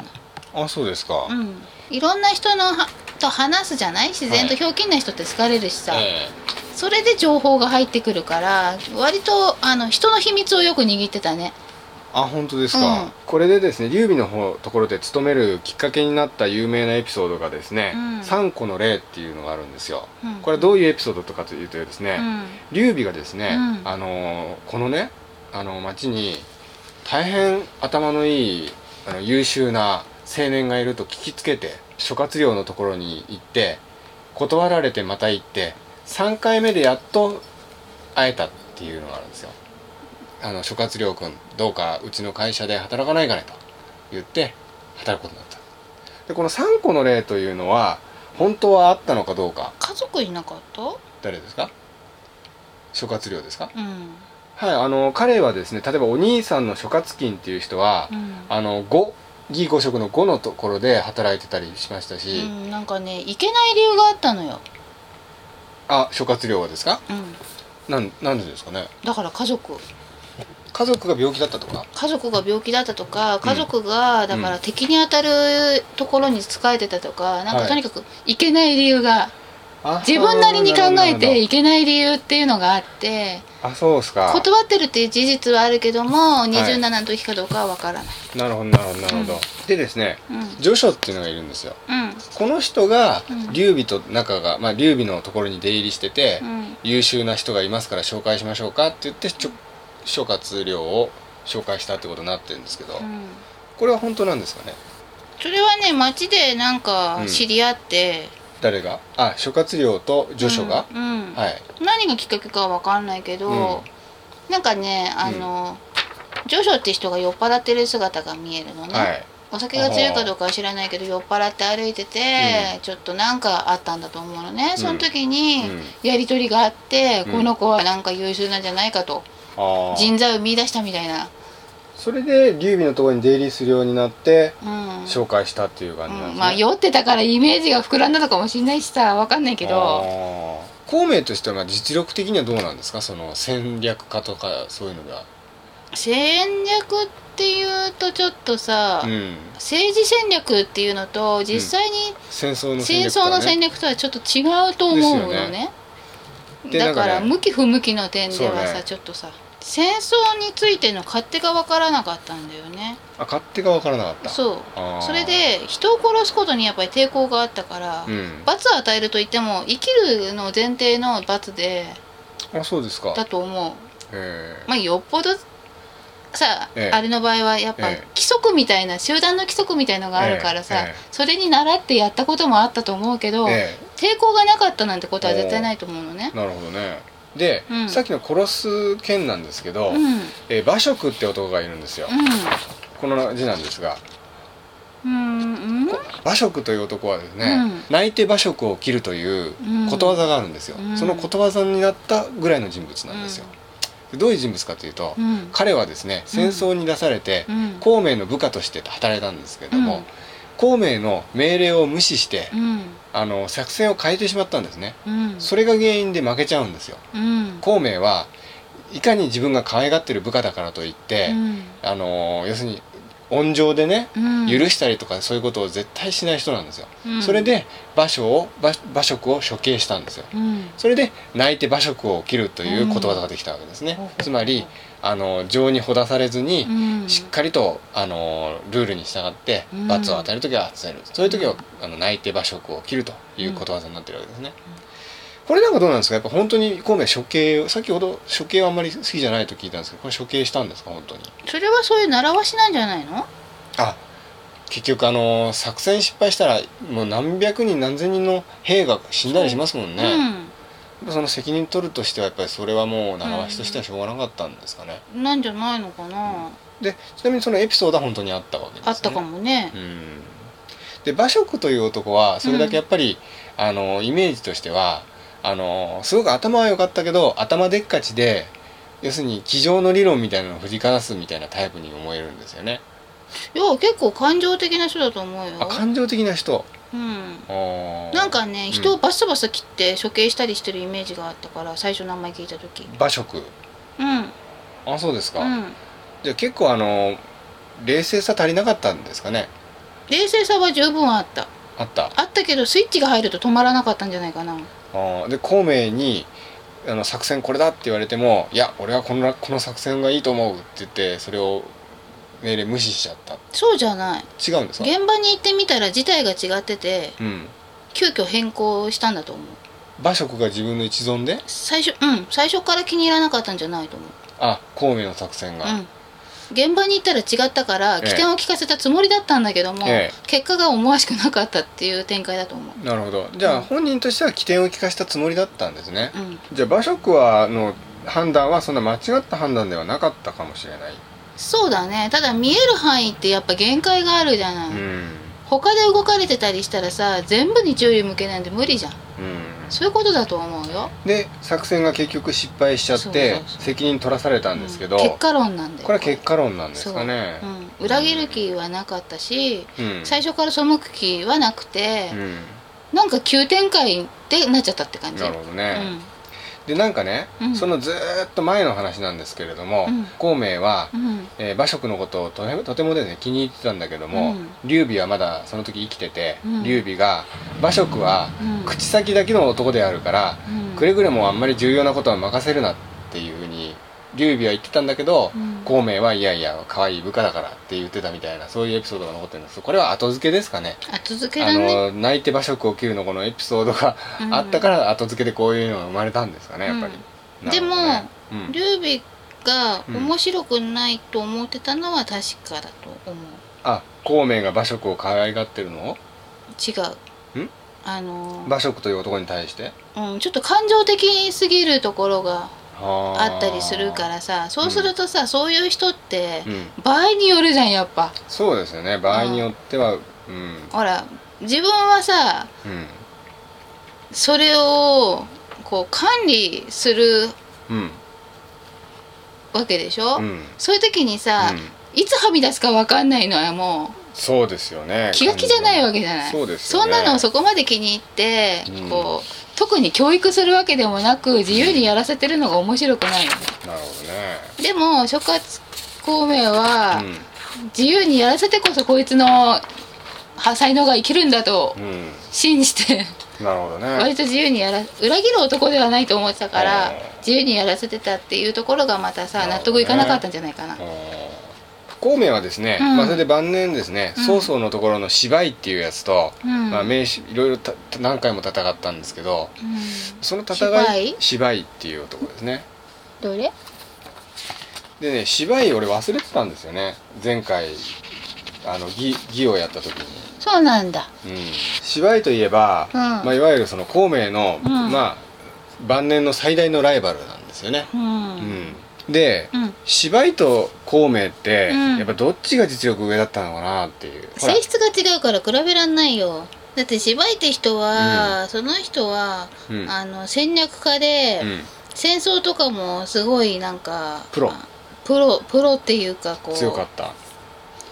[SPEAKER 1] あそうですか、
[SPEAKER 2] な、うん、いろんな人のはと話すじゃない自然とひょうきんな人って好かれるしさ、
[SPEAKER 1] え
[SPEAKER 2] それで情報が入ってくるから割とあの人の秘密をよく握ってたね
[SPEAKER 1] あ本当ですか、
[SPEAKER 2] うん
[SPEAKER 1] これでですね劉備の方ところで勤めるきっかけになった有名なエピソードがですね
[SPEAKER 2] う
[SPEAKER 1] 「
[SPEAKER 2] ん
[SPEAKER 1] 三、個の例」っていうのがあるんですよ、
[SPEAKER 2] うん
[SPEAKER 1] これはどういうエピソードとかというとですね、
[SPEAKER 2] うん
[SPEAKER 1] 劉備がですね、
[SPEAKER 2] うん
[SPEAKER 1] あのこのねあの町に大変頭のいいあの優秀な青年がいると聞きつけて諸葛亮のところに行って断られてまた行って3回目でやっと会えたっていうのがあるんですよ。あの諸葛亮君どうかうちの会社で働かないかねと言って働くことになった。でこの3個の例というのは本当はあったのかどうか
[SPEAKER 2] 家族いなかった
[SPEAKER 1] 誰ですか諸葛亮ですか
[SPEAKER 2] うん
[SPEAKER 1] はいあの彼はですね例えばお兄さんの諸葛金っていう人は、
[SPEAKER 2] うん
[SPEAKER 1] あの5義五色の5のところで働いてたりしましたし、
[SPEAKER 2] うん、なんかねいけない理由があったのよ、
[SPEAKER 1] あ諸葛亮はですか
[SPEAKER 2] うん、
[SPEAKER 1] なんなんでですかね
[SPEAKER 2] だから家族
[SPEAKER 1] 家族が病気だったとか
[SPEAKER 2] 家族が病気だったとか家族がだから敵に当たるところに仕えてたとか、なん
[SPEAKER 1] は
[SPEAKER 2] か
[SPEAKER 1] い
[SPEAKER 2] とにかくいけない理由が
[SPEAKER 1] あ
[SPEAKER 2] 自分なりに考え
[SPEAKER 1] なるほどなるほど
[SPEAKER 2] ていけない理由っていうのがあって
[SPEAKER 1] あそうですか
[SPEAKER 2] 断ってるっていう事実はあるけども27の時かどうかは分からない、
[SPEAKER 1] なるほどなるほどなるほど、でですね
[SPEAKER 2] うん
[SPEAKER 1] 助手っていうのがいるんですよ
[SPEAKER 2] うん
[SPEAKER 1] この人が
[SPEAKER 2] うん
[SPEAKER 1] 劉備と仲が、まあ、劉備のところに出入りしてて、
[SPEAKER 2] うん
[SPEAKER 1] 優秀な人がいますから紹介しましょうかって言ってちょ諸葛亮を紹介したってことになってるんですけど、
[SPEAKER 2] うん
[SPEAKER 1] これは本当なんですかね
[SPEAKER 2] それはね街でなんか知り合って、
[SPEAKER 1] 誰があ諸葛亮と助手が、
[SPEAKER 2] うんうん
[SPEAKER 1] はい
[SPEAKER 2] 何がきっかけかは分かんないけど、
[SPEAKER 1] うん
[SPEAKER 2] なんかねあの、ジョジョって人が酔っ払ってる姿が見えるのね、
[SPEAKER 1] はい
[SPEAKER 2] お酒が強いかどうかは知らないけど酔っ払って歩いてて、ちょっとなんかあったんだと思うのね、その時に
[SPEAKER 1] うん
[SPEAKER 2] やり取りがあって、
[SPEAKER 1] うん
[SPEAKER 2] この子はなんか優秀なんじゃないかと、
[SPEAKER 1] あー
[SPEAKER 2] 人材を見出したみたいな、
[SPEAKER 1] それで劉備のところに出入りするようになって
[SPEAKER 2] うん
[SPEAKER 1] 紹介したっていう感じなん
[SPEAKER 2] う
[SPEAKER 1] ですね、
[SPEAKER 2] んまあ酔ってたからイメージが膨らんだのかもしれないしさ分かんないけど
[SPEAKER 1] あー孔明としてはまあ実力的にはどうなんですかその戦略家とかそういうのが
[SPEAKER 2] 戦略っていうとちょっとさ、
[SPEAKER 1] うん
[SPEAKER 2] 政治戦略っていうのと実際に
[SPEAKER 1] 戦争の戦
[SPEAKER 2] 戦
[SPEAKER 1] 略家、ね、
[SPEAKER 2] 争の戦略とはちょっと違うと思うの
[SPEAKER 1] ですよ
[SPEAKER 2] ね
[SPEAKER 1] で
[SPEAKER 2] だか
[SPEAKER 1] な
[SPEAKER 2] ら
[SPEAKER 1] んかね
[SPEAKER 2] 向き不向きの点では
[SPEAKER 1] そう
[SPEAKER 2] さ、
[SPEAKER 1] ね
[SPEAKER 2] ちょっとさ戦争についての勝手が分からなかったんだよね
[SPEAKER 1] あ勝手が分からなかった
[SPEAKER 2] そう
[SPEAKER 1] あー
[SPEAKER 2] それで人を殺すことにやっぱり抵抗があったから、
[SPEAKER 1] うん
[SPEAKER 2] 罰を与えるといっても生きるの前提の罰で
[SPEAKER 1] あそうですか
[SPEAKER 2] だと思う
[SPEAKER 1] え
[SPEAKER 2] まあよっぽどさ、
[SPEAKER 1] ええ
[SPEAKER 2] あれの場合はやっぱ
[SPEAKER 1] ええ
[SPEAKER 2] 規則みたいな、集団の規則みたいのがあるからさ、
[SPEAKER 1] ええええ
[SPEAKER 2] それに習ってやったこともあったと思うけど、
[SPEAKER 1] ええ
[SPEAKER 2] 抵抗がなかったなんてことは絶対ないと思うのね
[SPEAKER 1] え。なるほどねで、
[SPEAKER 2] うん
[SPEAKER 1] さっきの殺す件なんですけど、
[SPEAKER 2] うん、うん、
[SPEAKER 1] えー馬謖って男がいるんですよ、この字なんですが
[SPEAKER 2] うん、うん、
[SPEAKER 1] 馬謖という男はですね、
[SPEAKER 2] うん
[SPEAKER 1] 泣いて馬謖を切るということわざがあるんですよ、
[SPEAKER 2] うん
[SPEAKER 1] そのことわざになったぐらいの人物なんですよ、でどういう人物かというと、
[SPEAKER 2] うん、
[SPEAKER 1] 彼はですね戦争に出されて、
[SPEAKER 2] うん
[SPEAKER 1] 孔明の部下として働いたんですけれども、
[SPEAKER 2] うん
[SPEAKER 1] 孔明の命令を無視して、
[SPEAKER 2] うん、
[SPEAKER 1] あの作戦を変えてしまったんですね
[SPEAKER 2] うん、
[SPEAKER 1] それが原因で負けちゃうんですよ
[SPEAKER 2] うん、
[SPEAKER 1] 孔明はいかに自分が可愛がってる部下だからといって、
[SPEAKER 2] うん、
[SPEAKER 1] あの要するに温情でね
[SPEAKER 2] うん、
[SPEAKER 1] 許したりとかそういうことを絶対しない人なんですよ、
[SPEAKER 2] うん
[SPEAKER 1] それで馬謖を馬馬謖を処刑したんですよ
[SPEAKER 2] うん、
[SPEAKER 1] それで泣いて馬謖を切るという言葉ができたわけですね、
[SPEAKER 2] うん
[SPEAKER 1] つまりあの情にほだされずに、
[SPEAKER 2] うん、
[SPEAKER 1] しっかりとあのルールに従って
[SPEAKER 2] うん
[SPEAKER 1] 罰を与える時は与える、そういう時はあの泣いて馬謖を切るということわざになってるわけですね、これなんかどうなんですかやっぱ本当に孔明処刑先ほど処刑はあんまり好きじゃないと聞いたんですけどこれ処刑したんですか本当に
[SPEAKER 2] それはそういう習わしなんじゃないの？
[SPEAKER 1] あ結局あの作戦失敗したらもう何百人何千人の兵が死んだりしますもんね、やっぱその責任取るとしてはやっぱりそれはもう習わしとしてはしょうがなかったんですかね、
[SPEAKER 2] うん、なんじゃないのかな。
[SPEAKER 1] でちなみにそのエピソードは本当にあったわけです、ね、
[SPEAKER 2] あったかもね
[SPEAKER 1] う。んで馬謖という男はそれだけやっぱり、あのイメージとしてはあのすごく頭は良かったけど頭でっかちで要するに机上の理論みたいなのを振りかざすみたいなタイプに思えるんですよね。
[SPEAKER 2] いや結構感情的な人だと思うよ
[SPEAKER 1] あ。感情的な人
[SPEAKER 2] うん。な
[SPEAKER 1] なん
[SPEAKER 2] かね、
[SPEAKER 1] ん
[SPEAKER 2] 人をバサバサ切って処刑したりしてるイメージがあったから最初名前聞いた時
[SPEAKER 1] 馬謖
[SPEAKER 2] うんうん
[SPEAKER 1] あそうですか、じゃあ結構あの冷静さ足りなかったんですかね
[SPEAKER 2] 冷静さは十分あった
[SPEAKER 1] あった
[SPEAKER 2] あったけどスイッチが入ると止まらなかったんじゃないかな
[SPEAKER 1] あーで孔明にあの作戦これだって言われてもいや俺はこのこの作戦がいいと思うって言ってそれを命令無視しちゃった
[SPEAKER 2] そうじゃない
[SPEAKER 1] 違うんですか
[SPEAKER 2] 現場に行ってみたら事態が違ってて
[SPEAKER 1] うん
[SPEAKER 2] 急遽変更したんだと思う
[SPEAKER 1] 馬謖が自分の一存で
[SPEAKER 2] 最初うん最初から気に入らなかったんじゃないと思う
[SPEAKER 1] あ孔明の作戦が、
[SPEAKER 2] うん現場に行ったら違ったから
[SPEAKER 1] ええ
[SPEAKER 2] 起点を聞かせたつもりだったんだけども、
[SPEAKER 1] え
[SPEAKER 2] 結果が思わしくなかったっていう展開だと思う
[SPEAKER 1] なるほどじゃあ本人としては起点を利かしたつもりだったんですね、
[SPEAKER 2] うん
[SPEAKER 1] じゃあ馬謖はの判断はそんな間違った判断ではなかったかもしれない、
[SPEAKER 2] そうだねただ見える範囲ってやっぱ限界があるじゃない、
[SPEAKER 1] うん
[SPEAKER 2] 他で動かれてたりしたらさ全部に注意向けなんて無理じゃん
[SPEAKER 1] うん
[SPEAKER 2] そういうことだと思うよ
[SPEAKER 1] で作戦が結局失敗しちゃって
[SPEAKER 2] そうそうそう
[SPEAKER 1] 責任取らされたんですけど、
[SPEAKER 2] 結果論なんだよ
[SPEAKER 1] これは結果論なんですかね
[SPEAKER 2] そう、うん、裏切る気はなかったし、
[SPEAKER 1] うん
[SPEAKER 2] 最初から背く気はなくて
[SPEAKER 1] う、ん
[SPEAKER 2] なんか急展開でなっちゃったって感じ
[SPEAKER 1] なるほどね、でなんかね、
[SPEAKER 2] うん
[SPEAKER 1] そのずーっと前の話なんですけれども、
[SPEAKER 2] うん
[SPEAKER 1] 孔明は、
[SPEAKER 2] うん
[SPEAKER 1] えー馬謖のことをとてとてもですね気に入ってたんだけども、劉備はまだその時生きてて、
[SPEAKER 2] うん
[SPEAKER 1] 劉備が馬謖は
[SPEAKER 2] うん
[SPEAKER 1] 口先だけの男であるから、
[SPEAKER 2] うん
[SPEAKER 1] くれぐれもあんまり重要なことは任せるなっていうふうに劉備は言ってたんだけど、
[SPEAKER 2] うん
[SPEAKER 1] 孔明はいやいや可愛い部下だからって言ってたみたいなそういうエピソードが残ってるんですけどこれは後付けですかね
[SPEAKER 2] 後付け
[SPEAKER 1] あ
[SPEAKER 2] だね
[SPEAKER 1] の泣いて馬謖を切るのこのエピソードが
[SPEAKER 2] うん
[SPEAKER 1] あったから後付けでこういうのが生まれたんですかねやっぱり、
[SPEAKER 2] うん
[SPEAKER 1] なるほどねうん
[SPEAKER 2] 劉備が面白くないと思ってたのは確かだと思う
[SPEAKER 1] あ孔明が馬謖を可愛がってるの
[SPEAKER 2] 違うんあの
[SPEAKER 1] 馬謖という男に対して
[SPEAKER 2] うん、ちょっと感情的すぎるところが
[SPEAKER 1] あ、
[SPEAKER 2] あったりするかららさそうするとさ、そういう人って
[SPEAKER 1] うん、
[SPEAKER 2] 場合によるじゃんやっぱ
[SPEAKER 1] そうですよね場合によってはうん
[SPEAKER 2] ほら自分はさ
[SPEAKER 1] うん
[SPEAKER 2] それをこう管理する
[SPEAKER 1] うん
[SPEAKER 2] わけでしょ、
[SPEAKER 1] うん
[SPEAKER 2] そういう時にさ、
[SPEAKER 1] うん
[SPEAKER 2] いつはみ出すか分かんないのはも
[SPEAKER 1] そうですよね
[SPEAKER 2] う気が気じゃないわけじゃない
[SPEAKER 1] そうですよ
[SPEAKER 2] そ
[SPEAKER 1] ね
[SPEAKER 2] んなのをそこまで気に入って、
[SPEAKER 1] うん
[SPEAKER 2] こう特に教育するわけでもなく自由にやらせてるのが面白くないのね
[SPEAKER 1] なるほどね
[SPEAKER 2] でも諸葛孔明
[SPEAKER 1] う
[SPEAKER 2] は、
[SPEAKER 1] ん
[SPEAKER 2] 自由にやらせてこそこいつのは才能が生きるんだと
[SPEAKER 1] うん
[SPEAKER 2] 信じて
[SPEAKER 1] なるほどね
[SPEAKER 2] 割と自由にやら裏切る男ではないと思ってたから
[SPEAKER 1] うん
[SPEAKER 2] 自由にやらせてたっていうところがまた
[SPEAKER 1] な
[SPEAKER 2] さ
[SPEAKER 1] るほど
[SPEAKER 2] 納
[SPEAKER 1] ね
[SPEAKER 2] 得いかなかったんじゃないかな。
[SPEAKER 1] 孔明はですね、
[SPEAKER 2] うん
[SPEAKER 1] まあ、それで晩年ですね、
[SPEAKER 2] うん
[SPEAKER 1] 曹操のところの芝居っていうやつと、
[SPEAKER 2] うん
[SPEAKER 1] まあ、名手いろいろた何回も戦ったんですけど
[SPEAKER 2] うん
[SPEAKER 1] その戦
[SPEAKER 2] 芝
[SPEAKER 1] い
[SPEAKER 2] 居
[SPEAKER 1] 芝居っていう男ですね
[SPEAKER 2] どれ
[SPEAKER 1] でね芝居俺忘れてたんですよね前回あの義義をやった時に、
[SPEAKER 2] そうなんだ。
[SPEAKER 1] うん、芝居といえば、
[SPEAKER 2] うん
[SPEAKER 1] まあ、いわゆるその孔明の、
[SPEAKER 2] うん
[SPEAKER 1] まあ、晩年の最大のライバルなんですよね、
[SPEAKER 2] うん。
[SPEAKER 1] うん、で、
[SPEAKER 2] うん
[SPEAKER 1] 芝居と孔明って、
[SPEAKER 2] うん
[SPEAKER 1] やっぱどっちが実力上だったのかなっていうほら
[SPEAKER 2] 性質が違うから比べらんないよ。だって芝居って人は、その人は、
[SPEAKER 1] うん
[SPEAKER 2] あの戦略家で、
[SPEAKER 1] うん
[SPEAKER 2] 戦争とかもすごいなんか
[SPEAKER 1] プロ
[SPEAKER 2] あプロプロっていうかこう
[SPEAKER 1] 強かった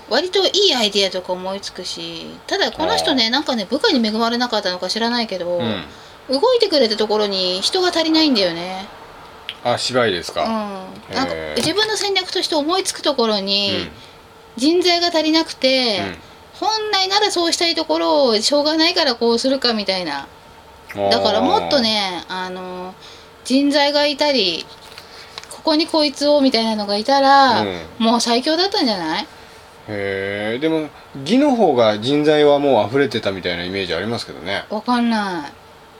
[SPEAKER 2] 割といいアイディアとか思いつくしただこの人ねなんかね部下に恵まれなかったのか知らないけど、
[SPEAKER 1] うん
[SPEAKER 2] 動いてくれたところに人が足りないんだよね。
[SPEAKER 1] あ芝居です
[SPEAKER 2] うん、
[SPEAKER 1] か、
[SPEAKER 2] なんか
[SPEAKER 1] へー
[SPEAKER 2] 自分の戦略として思いつくところ
[SPEAKER 1] うん
[SPEAKER 2] に人材が足りなくて、本来ならそうしたいところをしょうがないからこうするかみたいな
[SPEAKER 1] うん
[SPEAKER 2] だからもっとねあの人材がいたりここにこいつをみたいなのがいたら、
[SPEAKER 1] うん
[SPEAKER 2] もう最強だったんじゃない
[SPEAKER 1] へえでも義の方が人材はもう溢れてたみたいなイメージありますけどね
[SPEAKER 2] わかんな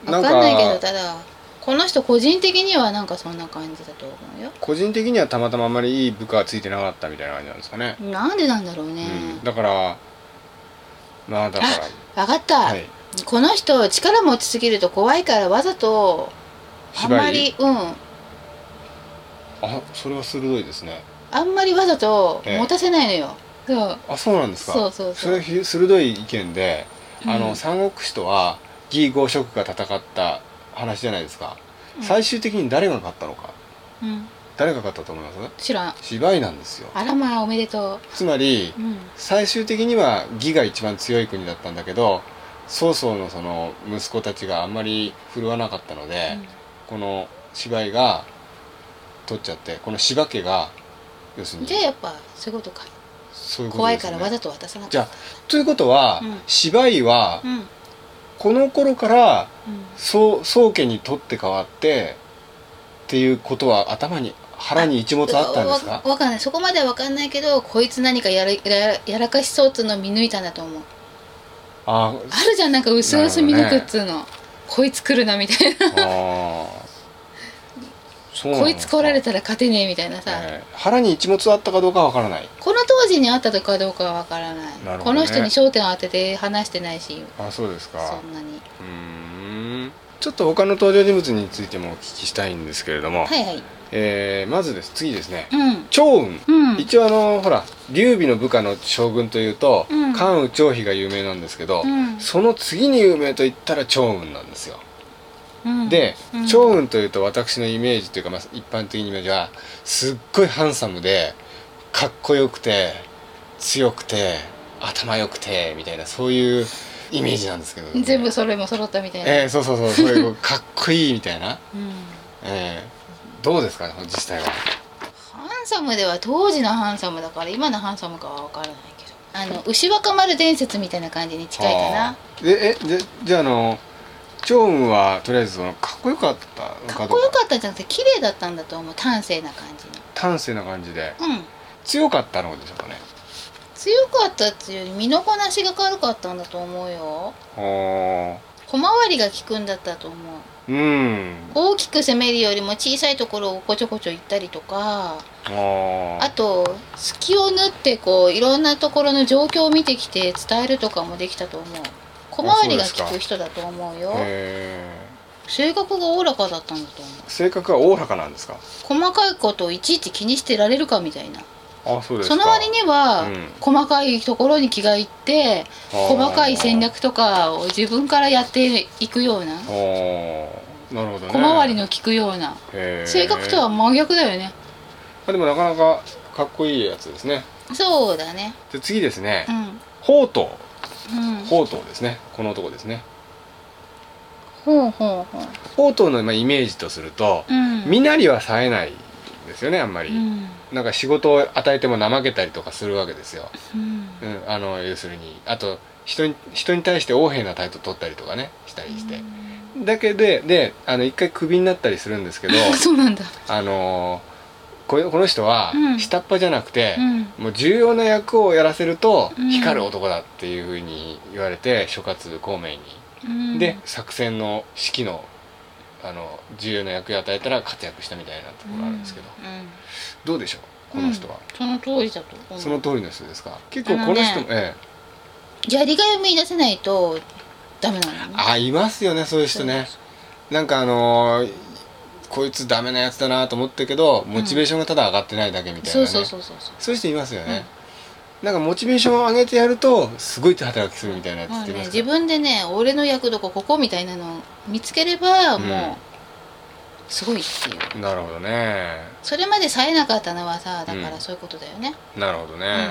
[SPEAKER 2] い
[SPEAKER 1] な
[SPEAKER 2] わ
[SPEAKER 1] んか
[SPEAKER 2] かんないけどただこの人個人的にはなんかそんな感じだと思うよ
[SPEAKER 1] 個人的にはたまたまあんまりいい部下はついてなかったみたいな感じなんですかね、
[SPEAKER 2] なんでなんだろうね、
[SPEAKER 1] うん、だからまあだから
[SPEAKER 2] わかった、
[SPEAKER 1] はい
[SPEAKER 2] この人力持ちすぎると怖いからわざとあん
[SPEAKER 1] 芝居
[SPEAKER 2] まりうん
[SPEAKER 1] あそれは鋭いですね
[SPEAKER 2] あんまりわざと
[SPEAKER 1] ええ
[SPEAKER 2] 持たせないのよ、そう
[SPEAKER 1] あそうなんですか
[SPEAKER 2] そうそうそう
[SPEAKER 1] れひ鋭い意見であの、
[SPEAKER 2] うん
[SPEAKER 1] 三国志とは義五色が戦った話じゃないですか、
[SPEAKER 2] うん
[SPEAKER 1] 最終的に誰が勝ったのか
[SPEAKER 2] うん
[SPEAKER 1] 誰が勝ったと思います
[SPEAKER 2] 知らん
[SPEAKER 1] 芝居なんですよ
[SPEAKER 2] あらまあおめでと
[SPEAKER 1] つまり
[SPEAKER 2] う、うん、
[SPEAKER 1] 最終的には義が一番強い国だったんだけど曹操のその息子たちがあんまり振るわなかったので、この芝居が取っちゃってこの芝家が要する
[SPEAKER 2] うん
[SPEAKER 1] に
[SPEAKER 2] じゃあやっぱそういうことか
[SPEAKER 1] そういうこと
[SPEAKER 2] 怖い
[SPEAKER 1] です
[SPEAKER 2] か
[SPEAKER 1] よね
[SPEAKER 2] らわざと渡さなかった
[SPEAKER 1] じゃあということは、
[SPEAKER 2] うん
[SPEAKER 1] 芝居は
[SPEAKER 2] うんうん
[SPEAKER 1] この頃からそう宗家に取って変わってっていうことは頭に腹に一物あったんです
[SPEAKER 2] わ
[SPEAKER 1] か
[SPEAKER 2] わかんないそこまではわかんないけどこいつ何かやらややらかしそうっつうのを見抜いたんだと思う
[SPEAKER 1] あ
[SPEAKER 2] あるじゃんなんか薄々見抜くっつうの、こいつ来るなみたいな
[SPEAKER 1] あーそうなん
[SPEAKER 2] こ
[SPEAKER 1] で
[SPEAKER 2] い
[SPEAKER 1] すか
[SPEAKER 2] つ来られたら勝てねえみたいなさ、
[SPEAKER 1] えー腹に一物あったかどうかはわからない
[SPEAKER 2] この当時に会ったとかどうかはわからない、
[SPEAKER 1] なるほ
[SPEAKER 2] こ
[SPEAKER 1] どね
[SPEAKER 2] の人に焦点を当てて話してないし
[SPEAKER 1] あそうですか
[SPEAKER 2] そんなに
[SPEAKER 1] うーんちょっと他の登場人物についてもお聞きしたいんですけれども、
[SPEAKER 2] はいはい
[SPEAKER 1] えーまずです次ですね
[SPEAKER 2] うん
[SPEAKER 1] 趙雲
[SPEAKER 2] うん
[SPEAKER 1] 一応あのほら劉備の部下の将軍というと、
[SPEAKER 2] うん
[SPEAKER 1] 関羽張飛が有名なんですけど、
[SPEAKER 2] うん
[SPEAKER 1] その次に有名と言ったら趙雲なんですよ、
[SPEAKER 2] うん
[SPEAKER 1] で
[SPEAKER 2] うん
[SPEAKER 1] 趙雲というと私のイメージというか、まあ、一般的なイメージはすっごいハンサムでかっこよくて強くて頭良くてみたいなそういうイメージなんですけど、
[SPEAKER 2] 全部それも揃ったみたいな、
[SPEAKER 1] えーそうそうそうそういうかっこいいみたいな
[SPEAKER 2] うん
[SPEAKER 1] えーどうですかね実際は
[SPEAKER 2] ハンサムでは当時のハンサムだから今のハンサムかは分からないけどあの牛若丸伝説みたいな感じに近いか
[SPEAKER 1] は
[SPEAKER 2] な
[SPEAKER 1] あでえでじゃああの張雲はとりあえずそのかっこよかったの
[SPEAKER 2] か
[SPEAKER 1] か
[SPEAKER 2] っ
[SPEAKER 1] ど
[SPEAKER 2] こ
[SPEAKER 1] う
[SPEAKER 2] よ
[SPEAKER 1] か
[SPEAKER 2] かったんじゃなくて綺麗だったんだと思う端正な感じ
[SPEAKER 1] 端正な感じで
[SPEAKER 2] のうん
[SPEAKER 1] 強かったのでしょうかね
[SPEAKER 2] 強かったっていうより身のこなしが軽かったんだと思うよ
[SPEAKER 1] は
[SPEAKER 2] 小回りが利くんだったと思う
[SPEAKER 1] あうん
[SPEAKER 2] 大きく攻めるよりも小さいところをこちょこちょ行ったりとか
[SPEAKER 1] あ
[SPEAKER 2] あと隙を縫ってこういろんなところの状況を見てきて伝えるとかもできたと思う小回りが利
[SPEAKER 1] あそうです
[SPEAKER 2] く
[SPEAKER 1] か
[SPEAKER 2] 人だと思うよ
[SPEAKER 1] あへ
[SPEAKER 2] 性格がおおらかだったんだと思う
[SPEAKER 1] ー性格はおおらかなんですか
[SPEAKER 2] 細かいことをいちいち気にしてられるかみたいな
[SPEAKER 1] あそうです
[SPEAKER 2] そ
[SPEAKER 1] か
[SPEAKER 2] の割には、
[SPEAKER 1] うん
[SPEAKER 2] 細かいところに気がいって
[SPEAKER 1] はあ
[SPEAKER 2] 細かい戦略とかを自分からやっていくような
[SPEAKER 1] あーなるほどね
[SPEAKER 2] 小回りの利くような
[SPEAKER 1] へー
[SPEAKER 2] 性格とは真逆だよね
[SPEAKER 1] あでもなかなかかっこいいやつですね
[SPEAKER 2] そうだね
[SPEAKER 1] で次ですね
[SPEAKER 2] うん
[SPEAKER 1] ほうと
[SPEAKER 2] うん
[SPEAKER 1] うほうとうですねこの男ですね
[SPEAKER 2] ほうほうほう
[SPEAKER 1] ほうとうのまあイメージとすると
[SPEAKER 2] うん
[SPEAKER 1] 身なりは冴えないですよねあんまり、
[SPEAKER 2] うん
[SPEAKER 1] なんか仕事を与えても怠けたりとかするわけですよ、
[SPEAKER 2] うん
[SPEAKER 1] うん、あの要するにあと人に人に対して横柄な態度取ったりとかねしたりして、だけでであの一回クビになったりするん ですけど
[SPEAKER 2] そうなんだ
[SPEAKER 1] あのこれこの人は
[SPEAKER 2] うん
[SPEAKER 1] 下っ端じゃなくて
[SPEAKER 2] う、ん
[SPEAKER 1] もう重要な役をやらせると
[SPEAKER 2] うん
[SPEAKER 1] 光る男だっていうふうに言われて諸葛孔明に、
[SPEAKER 2] うん
[SPEAKER 1] で作戦の指揮のあの重要な役を与えたら活躍したみたいなところがあるんですけど、
[SPEAKER 2] うん
[SPEAKER 1] どうでしょうこの人は、
[SPEAKER 2] うんその通りだと思う
[SPEAKER 1] その通りの人ですか結構この
[SPEAKER 2] あ
[SPEAKER 1] 人
[SPEAKER 2] の
[SPEAKER 1] も
[SPEAKER 2] ね、
[SPEAKER 1] ええ、
[SPEAKER 2] やりがいを見出せないとダメなのよね
[SPEAKER 1] あいますよねそういう人ねなんかあのーこいつダメなやつだなと思ったけどモチベーションがただ上がってないだけみたいな、
[SPEAKER 2] そう
[SPEAKER 1] ね
[SPEAKER 2] そうそうそうそう
[SPEAKER 1] そういう人いますよね、なんかモチベーションを上げてやるとすごい働きするみたいなやつ
[SPEAKER 2] も
[SPEAKER 1] っ
[SPEAKER 2] う
[SPEAKER 1] てい
[SPEAKER 2] ね
[SPEAKER 1] ます
[SPEAKER 2] 自分でね俺の役どこここみたいなのを見つければ
[SPEAKER 1] うん
[SPEAKER 2] もうすごいっていう
[SPEAKER 1] なるほどね
[SPEAKER 2] それまで冴えなかったのはさだか
[SPEAKER 1] う
[SPEAKER 2] ら
[SPEAKER 1] ん
[SPEAKER 2] そういうことだよね
[SPEAKER 1] なるほどね、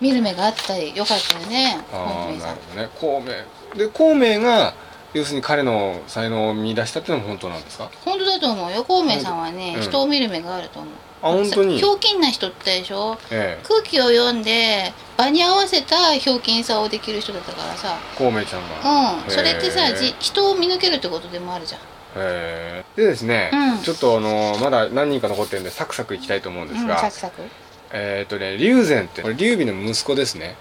[SPEAKER 2] 見る目があったりよかったよね
[SPEAKER 1] あ
[SPEAKER 2] 本
[SPEAKER 1] あ
[SPEAKER 2] 当
[SPEAKER 1] な
[SPEAKER 2] さん
[SPEAKER 1] るほどね孔明で孔明が要するに彼の才能を見出したっていうのも本当なんですかあ
[SPEAKER 2] 本当だと思うよ孔明さんはね
[SPEAKER 1] うん
[SPEAKER 2] 人を見る目があると思う
[SPEAKER 1] 本当に
[SPEAKER 2] ひょうきんな人ってでしょ
[SPEAKER 1] ええ
[SPEAKER 2] 空気を読んで場に合わせたひょうきんさをできる人だったからさ
[SPEAKER 1] 孔明ちゃんが
[SPEAKER 2] うんそれってさ
[SPEAKER 1] へえ
[SPEAKER 2] じ人を見抜けるってことでもあるじゃん
[SPEAKER 1] へーでですね、
[SPEAKER 2] うん
[SPEAKER 1] ちょっとあのまだ何人か残ってるんでサクサクいきたいと思うんです
[SPEAKER 2] うん
[SPEAKER 1] が、
[SPEAKER 2] サクサク
[SPEAKER 1] えーっ、とね龍禅ってこれ劉備の息子ですね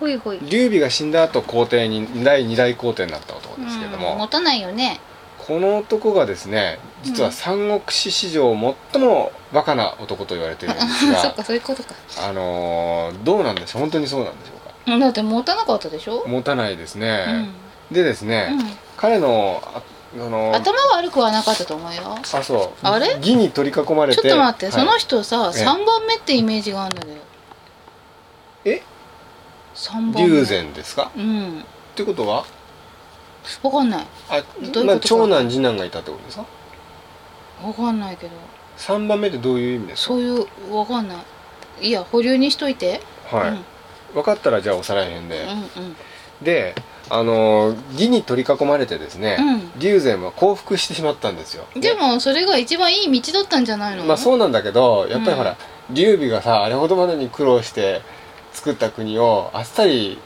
[SPEAKER 2] ほいほい
[SPEAKER 1] 劉備が死んだ後皇帝に第二代皇帝になった男ですけれど
[SPEAKER 2] うん
[SPEAKER 1] も
[SPEAKER 2] 持、たないよね
[SPEAKER 1] この男がですね実は
[SPEAKER 2] うん
[SPEAKER 1] 三国志史上最もバカな男と言われているんです
[SPEAKER 2] そ
[SPEAKER 1] が
[SPEAKER 2] っ、かそういうことか
[SPEAKER 1] あのーどうなんでしょう本当にそうなんでしょうか
[SPEAKER 2] うんだって持たなかったでしょ、
[SPEAKER 1] 持たないです
[SPEAKER 2] う
[SPEAKER 1] ね
[SPEAKER 2] ん、
[SPEAKER 1] でですね、
[SPEAKER 2] う
[SPEAKER 1] 彼のああの
[SPEAKER 2] ん、頭悪くはなかったと思うよ
[SPEAKER 1] あそう
[SPEAKER 2] あれ
[SPEAKER 1] 義に取り囲まれ
[SPEAKER 2] ち
[SPEAKER 1] て
[SPEAKER 2] ょっと待って、
[SPEAKER 1] はい
[SPEAKER 2] その人さ
[SPEAKER 1] ええ
[SPEAKER 2] 3番目ってイメージがあるんだけど
[SPEAKER 1] え
[SPEAKER 2] 3番目
[SPEAKER 1] 龍禅ですか
[SPEAKER 2] うん
[SPEAKER 1] ってことは
[SPEAKER 2] 分かんない
[SPEAKER 1] あ
[SPEAKER 2] とか
[SPEAKER 1] まあ、長男次男がいたってことですか
[SPEAKER 2] 分かんないけど
[SPEAKER 1] 3番目ってどういう意味です
[SPEAKER 2] そういう分かんないいや保留にしといて
[SPEAKER 1] かはい、
[SPEAKER 2] うん
[SPEAKER 1] 分かったらじゃあおさらい編で、
[SPEAKER 2] う
[SPEAKER 1] であのー義に取り囲まれてですね
[SPEAKER 2] んうん
[SPEAKER 1] 龍禅は降伏してしまったんですよ
[SPEAKER 2] うんでもそれが一番いい道だったんじゃないの
[SPEAKER 1] まあそうなんだけどやっぱりほ
[SPEAKER 2] う
[SPEAKER 1] ら劉備がさあれほどまでに苦労して作った国をあっさり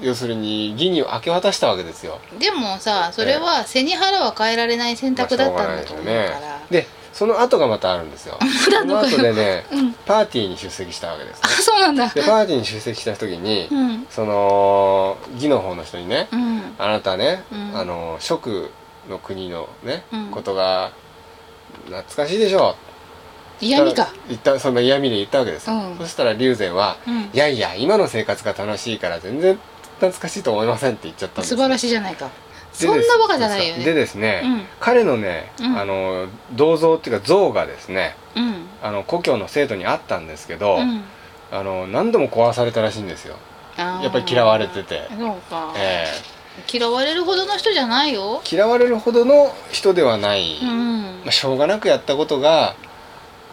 [SPEAKER 1] 要するに義に明け渡したわけですよ
[SPEAKER 2] でもさそれは背に腹は変えられない選択だったんだと思うから、
[SPEAKER 1] まあでその後がまたあるんです よ
[SPEAKER 2] だのかよ
[SPEAKER 1] その後でね
[SPEAKER 2] うん
[SPEAKER 1] パーティーに出席したわけです
[SPEAKER 2] あそうなんだ
[SPEAKER 1] でパーティーに出席した時に、
[SPEAKER 2] うん
[SPEAKER 1] その義の方の人にね、
[SPEAKER 2] うん
[SPEAKER 1] あなたね、
[SPEAKER 2] うん
[SPEAKER 1] あの蜀の国のね、
[SPEAKER 2] うん
[SPEAKER 1] ことが懐かしいでしょう
[SPEAKER 2] 嫌味か
[SPEAKER 1] 言ったそんな嫌味で言ったわけですよ、
[SPEAKER 2] うん
[SPEAKER 1] そしたら龍禅は、
[SPEAKER 2] う
[SPEAKER 1] い
[SPEAKER 2] ん
[SPEAKER 1] やいや今の生活が楽しいから全然懐かしいと思いません」って言っちゃったんです
[SPEAKER 2] 素晴らしいじゃないかそんなバカじゃないよ
[SPEAKER 1] で
[SPEAKER 2] ね
[SPEAKER 1] ですね、
[SPEAKER 2] うん
[SPEAKER 1] 彼のね、
[SPEAKER 2] うん
[SPEAKER 1] あの銅像っていうか像がですね
[SPEAKER 2] うん
[SPEAKER 1] あの故郷の生徒にあったんですけど、
[SPEAKER 2] うん
[SPEAKER 1] あの何度も壊されたらしいんですよ
[SPEAKER 2] あー
[SPEAKER 1] やっぱり嫌われてて
[SPEAKER 2] そうか、
[SPEAKER 1] え
[SPEAKER 2] 嫌われるほどの人じゃないよ
[SPEAKER 1] え嫌われるほどの人ではない、
[SPEAKER 2] うん
[SPEAKER 1] まあ、しょうがなくやったことが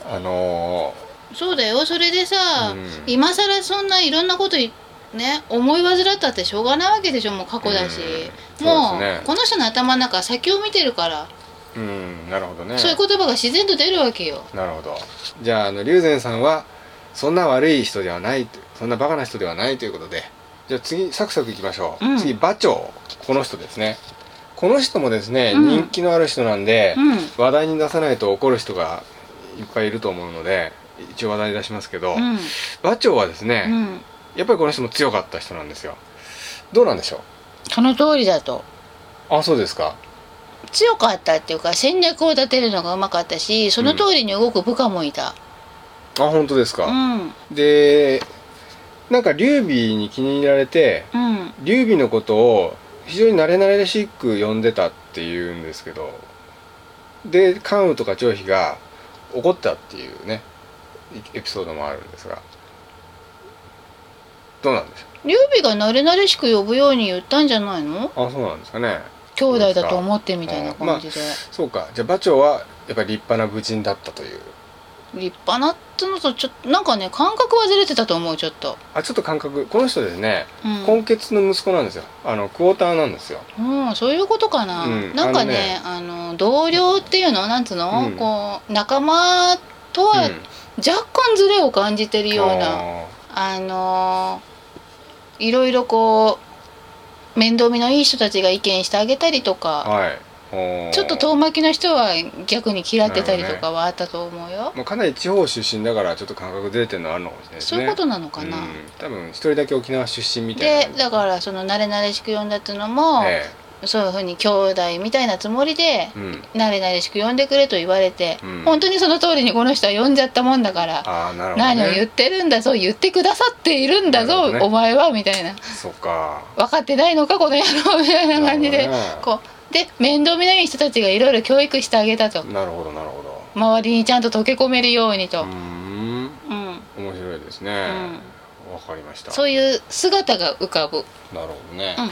[SPEAKER 1] あの
[SPEAKER 2] そうだよそれでさ、
[SPEAKER 1] うん
[SPEAKER 2] 今更そんないろんなこといね思い煩ったってしょうがないわけでしょもう過去だし、
[SPEAKER 1] うんそ
[SPEAKER 2] もう
[SPEAKER 1] うですね
[SPEAKER 2] この人の頭の中は先を見てるから
[SPEAKER 1] うんなるほどね
[SPEAKER 2] そういう言葉が自然と出るわけよ
[SPEAKER 1] なるほどじゃああの龍禅さんはそんな悪い人ではないとそんなバカな人ではないということでじゃあ次サクサクいきましょう、
[SPEAKER 2] うん
[SPEAKER 1] 次馬長この人ですねこの人もですね、
[SPEAKER 2] うん
[SPEAKER 1] 人気のある人なんで、
[SPEAKER 2] うん
[SPEAKER 1] 話題に出さないと怒る人がいっぱいいると思うので一応話題に出しますけど、
[SPEAKER 2] うん
[SPEAKER 1] 馬長はですね、
[SPEAKER 2] うん
[SPEAKER 1] やっぱりこの人も強かった人なんですよどうなんでしょ
[SPEAKER 2] その通りだと
[SPEAKER 1] うあそうですか
[SPEAKER 2] 強かったっていうか戦略を立てるのがうまかったしその通りに動く部下もいた
[SPEAKER 1] あ本当です
[SPEAKER 2] う
[SPEAKER 1] か、
[SPEAKER 2] んうん
[SPEAKER 1] でなんか劉備に気に入られて
[SPEAKER 2] うん
[SPEAKER 1] 劉備のことを非常に慣れ慣れしく呼んでたっていうんですけどで関羽とか張飛が怒ったっていうねエピソードもあるんですがどうなんでし
[SPEAKER 2] 劉備が慣れ慣れしく呼ぶように言ったんじゃないの
[SPEAKER 1] ょうあそうなんですかね
[SPEAKER 2] 兄弟だと思ってみたいな感じで、
[SPEAKER 1] そうかじゃあ馬長はやっぱり立派な武人だったという
[SPEAKER 2] 立派なってのとちょっとなんかね感覚はずれてたと思うちょっと、
[SPEAKER 1] あちょっと感覚この人ですね
[SPEAKER 2] うん、
[SPEAKER 1] 根血の息子なんですよあのクォーターなんですよ
[SPEAKER 2] うん、そういうことかな、
[SPEAKER 1] うん
[SPEAKER 2] なんかねあの同僚っていうのなんつうの、
[SPEAKER 1] うん
[SPEAKER 2] こう仲間とは
[SPEAKER 1] うん
[SPEAKER 2] 若干ズレを感じてるような、
[SPEAKER 1] あ
[SPEAKER 2] あのーいろいろこう面倒見のいい人たちが意見してあげたりと
[SPEAKER 1] ー
[SPEAKER 2] か
[SPEAKER 1] はいおー
[SPEAKER 2] ちょっと遠巻きの人は逆に嫌ってたりとかはあったと思うよ、
[SPEAKER 1] まあ、かなり地方出身だからちょっと感覚出てるのはあるのかもしれないですね
[SPEAKER 2] そういうことなのかな、
[SPEAKER 1] うん、多分一人だけ沖縄出身みたいな
[SPEAKER 2] で
[SPEAKER 1] 感じ
[SPEAKER 2] だからその慣れ慣れしく呼んだっていうのも、
[SPEAKER 1] え
[SPEAKER 2] そういうふうに兄弟みたいなつもりで
[SPEAKER 1] え、うん、
[SPEAKER 2] 慣れ慣れしく呼んでくれと言われて、
[SPEAKER 1] うん
[SPEAKER 2] 本当にその通りにこの人は呼んじゃったもんだから、
[SPEAKER 1] ああなるほど、ね、
[SPEAKER 2] 何を言ってるんだぞ言ってくださっているんだ
[SPEAKER 1] なるほ
[SPEAKER 2] ぞ、
[SPEAKER 1] どね
[SPEAKER 2] お前はみたいな
[SPEAKER 1] そうか
[SPEAKER 2] 分かってないのかこの野郎みたいな感じで、
[SPEAKER 1] なるほどね
[SPEAKER 2] こうで面倒見のいい人たちがいろいろ教育してあげたと
[SPEAKER 1] なるほどなるほど
[SPEAKER 2] 周りにちゃんと溶け込めるように
[SPEAKER 1] う
[SPEAKER 2] と
[SPEAKER 1] ー、ん
[SPEAKER 2] うん
[SPEAKER 1] 面白いですねわ、かりました
[SPEAKER 2] そういう姿が浮かぶ。
[SPEAKER 1] なるほどね、
[SPEAKER 2] うん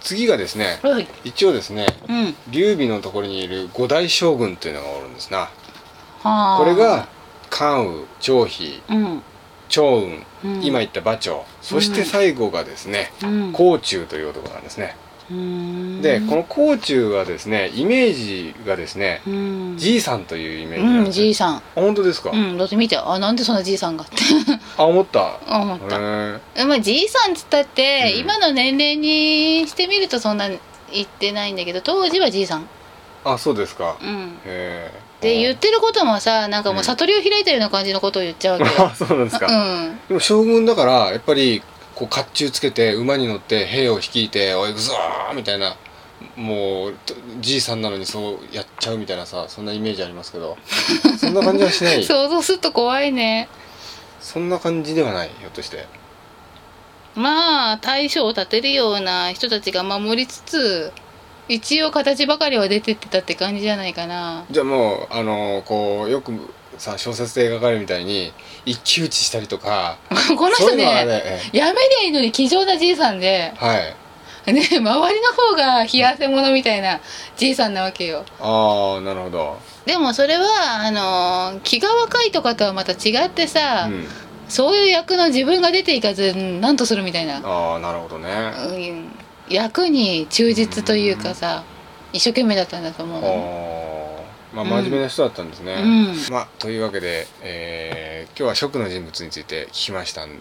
[SPEAKER 1] 次がですね
[SPEAKER 2] はい
[SPEAKER 1] 一応ですね
[SPEAKER 2] うん
[SPEAKER 1] 劉備のところにいる五大将軍というのがおるんですな
[SPEAKER 2] はあ
[SPEAKER 1] これが関羽張飛
[SPEAKER 2] うん
[SPEAKER 1] 趙雲、
[SPEAKER 2] うん
[SPEAKER 1] 今言った馬長そして最後がですね、
[SPEAKER 2] うん
[SPEAKER 1] 甲冑という男なんですね
[SPEAKER 2] うん
[SPEAKER 1] でこの甲冑はですねイメージがですね
[SPEAKER 2] うん
[SPEAKER 1] じいさんというイメージなん
[SPEAKER 2] うん
[SPEAKER 1] です、
[SPEAKER 2] じいさん
[SPEAKER 1] あ本当ですか、
[SPEAKER 2] うんだって見てあなんでそんなじいさんがって
[SPEAKER 1] あ思った
[SPEAKER 2] 思った、
[SPEAKER 1] へえ
[SPEAKER 2] まあじいさんっつったって、
[SPEAKER 1] うん
[SPEAKER 2] 今の年齢にしてみるとそんな言ってないんだけど当時はじいさん
[SPEAKER 1] あそうですか
[SPEAKER 2] う、ん
[SPEAKER 1] へえ
[SPEAKER 2] で言
[SPEAKER 1] う
[SPEAKER 2] ってることもさなんかもう
[SPEAKER 1] うん
[SPEAKER 2] 悟りを開いたような感じのことを言っちゃう わけよ
[SPEAKER 1] あそうなんですか、
[SPEAKER 2] うん
[SPEAKER 1] でも将軍だからやっぱりこう甲冑つけて馬に乗って兵を率いて「おい行くぞ!」みたいなもうとじいさんなのにそうやっちゃうみたいなさそんなイメージありますけどそんな感じはし ない
[SPEAKER 2] 想像すると怖いね
[SPEAKER 1] そんな感じではないひょっとして
[SPEAKER 2] まあ大将を立てるような人たちが守りつつ一応形ばかりは出てってたって感じじゃないかな
[SPEAKER 1] じゃあもうあのこうよくさ小説で描かれるみたいに一騎打ちしたりとか
[SPEAKER 2] この
[SPEAKER 1] そうい
[SPEAKER 2] 人
[SPEAKER 1] うのは
[SPEAKER 2] ね
[SPEAKER 1] ねええ
[SPEAKER 2] やめりゃいいのに気丈なじいさんで
[SPEAKER 1] はい
[SPEAKER 2] ね周りの方が冷や汗者みたいなじいさんなわけよ
[SPEAKER 1] ああなるほど、
[SPEAKER 2] でもそれはあのー気が若いとかとはまた違ってさ、
[SPEAKER 1] うん、
[SPEAKER 2] そういう役の自分が出ていかずうんなんとするみたいな、
[SPEAKER 1] ああなるほどね
[SPEAKER 2] うん役に忠実というかさ、一生懸命だったんだと思うの
[SPEAKER 1] あーまあ
[SPEAKER 2] うん
[SPEAKER 1] 真面目な人だったんですね、
[SPEAKER 2] うん
[SPEAKER 1] まあというわけで、えー今日は食の人物について聞きましたん聞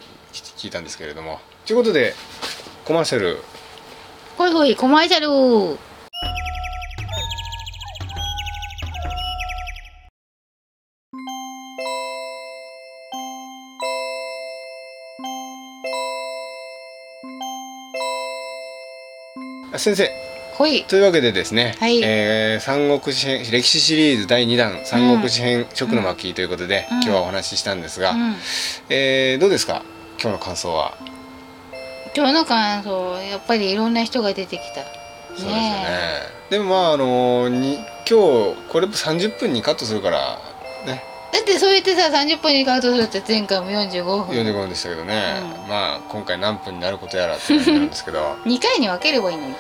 [SPEAKER 1] 聞いたんですけれどもということでコマーシャル
[SPEAKER 2] ほいほいコマーシャル
[SPEAKER 1] あ先生
[SPEAKER 2] ほい
[SPEAKER 1] というわけでですね、
[SPEAKER 2] はい
[SPEAKER 1] えー三国志編歴史シリーズ第2弾「三国志編食の巻」ということで、
[SPEAKER 2] う
[SPEAKER 1] 今
[SPEAKER 2] ん
[SPEAKER 1] 日はお話ししたんですが、
[SPEAKER 2] うん
[SPEAKER 1] えーどうですか今日の感想は、
[SPEAKER 2] 今日の感想やっぱりいろんな人が出てきた
[SPEAKER 1] そうですよねでもまああのーに今日これ30分にカットするからね
[SPEAKER 2] だってそう言ってさ30分にカウントするって前回も45分
[SPEAKER 1] 45分でしたけどね、
[SPEAKER 2] うん
[SPEAKER 1] まあ今回何分になることやらって感じなんですけど
[SPEAKER 2] 2回に分ければいいのに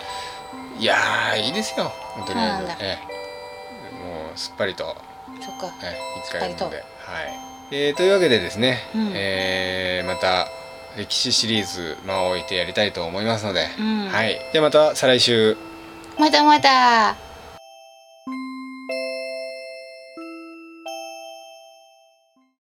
[SPEAKER 1] いやーいいですよとりあえ
[SPEAKER 2] そう
[SPEAKER 1] ず
[SPEAKER 2] なんだ、
[SPEAKER 1] ええもうすっぱりと、
[SPEAKER 2] そっか
[SPEAKER 1] ええ、1回分
[SPEAKER 2] すっぱりと
[SPEAKER 1] で、はいえーというわけでですね、
[SPEAKER 2] うん
[SPEAKER 1] えーまた歴史シリーズ間を置いてやりたいと思いますので、
[SPEAKER 2] うん
[SPEAKER 1] はいじゃあまた再来週
[SPEAKER 2] またまた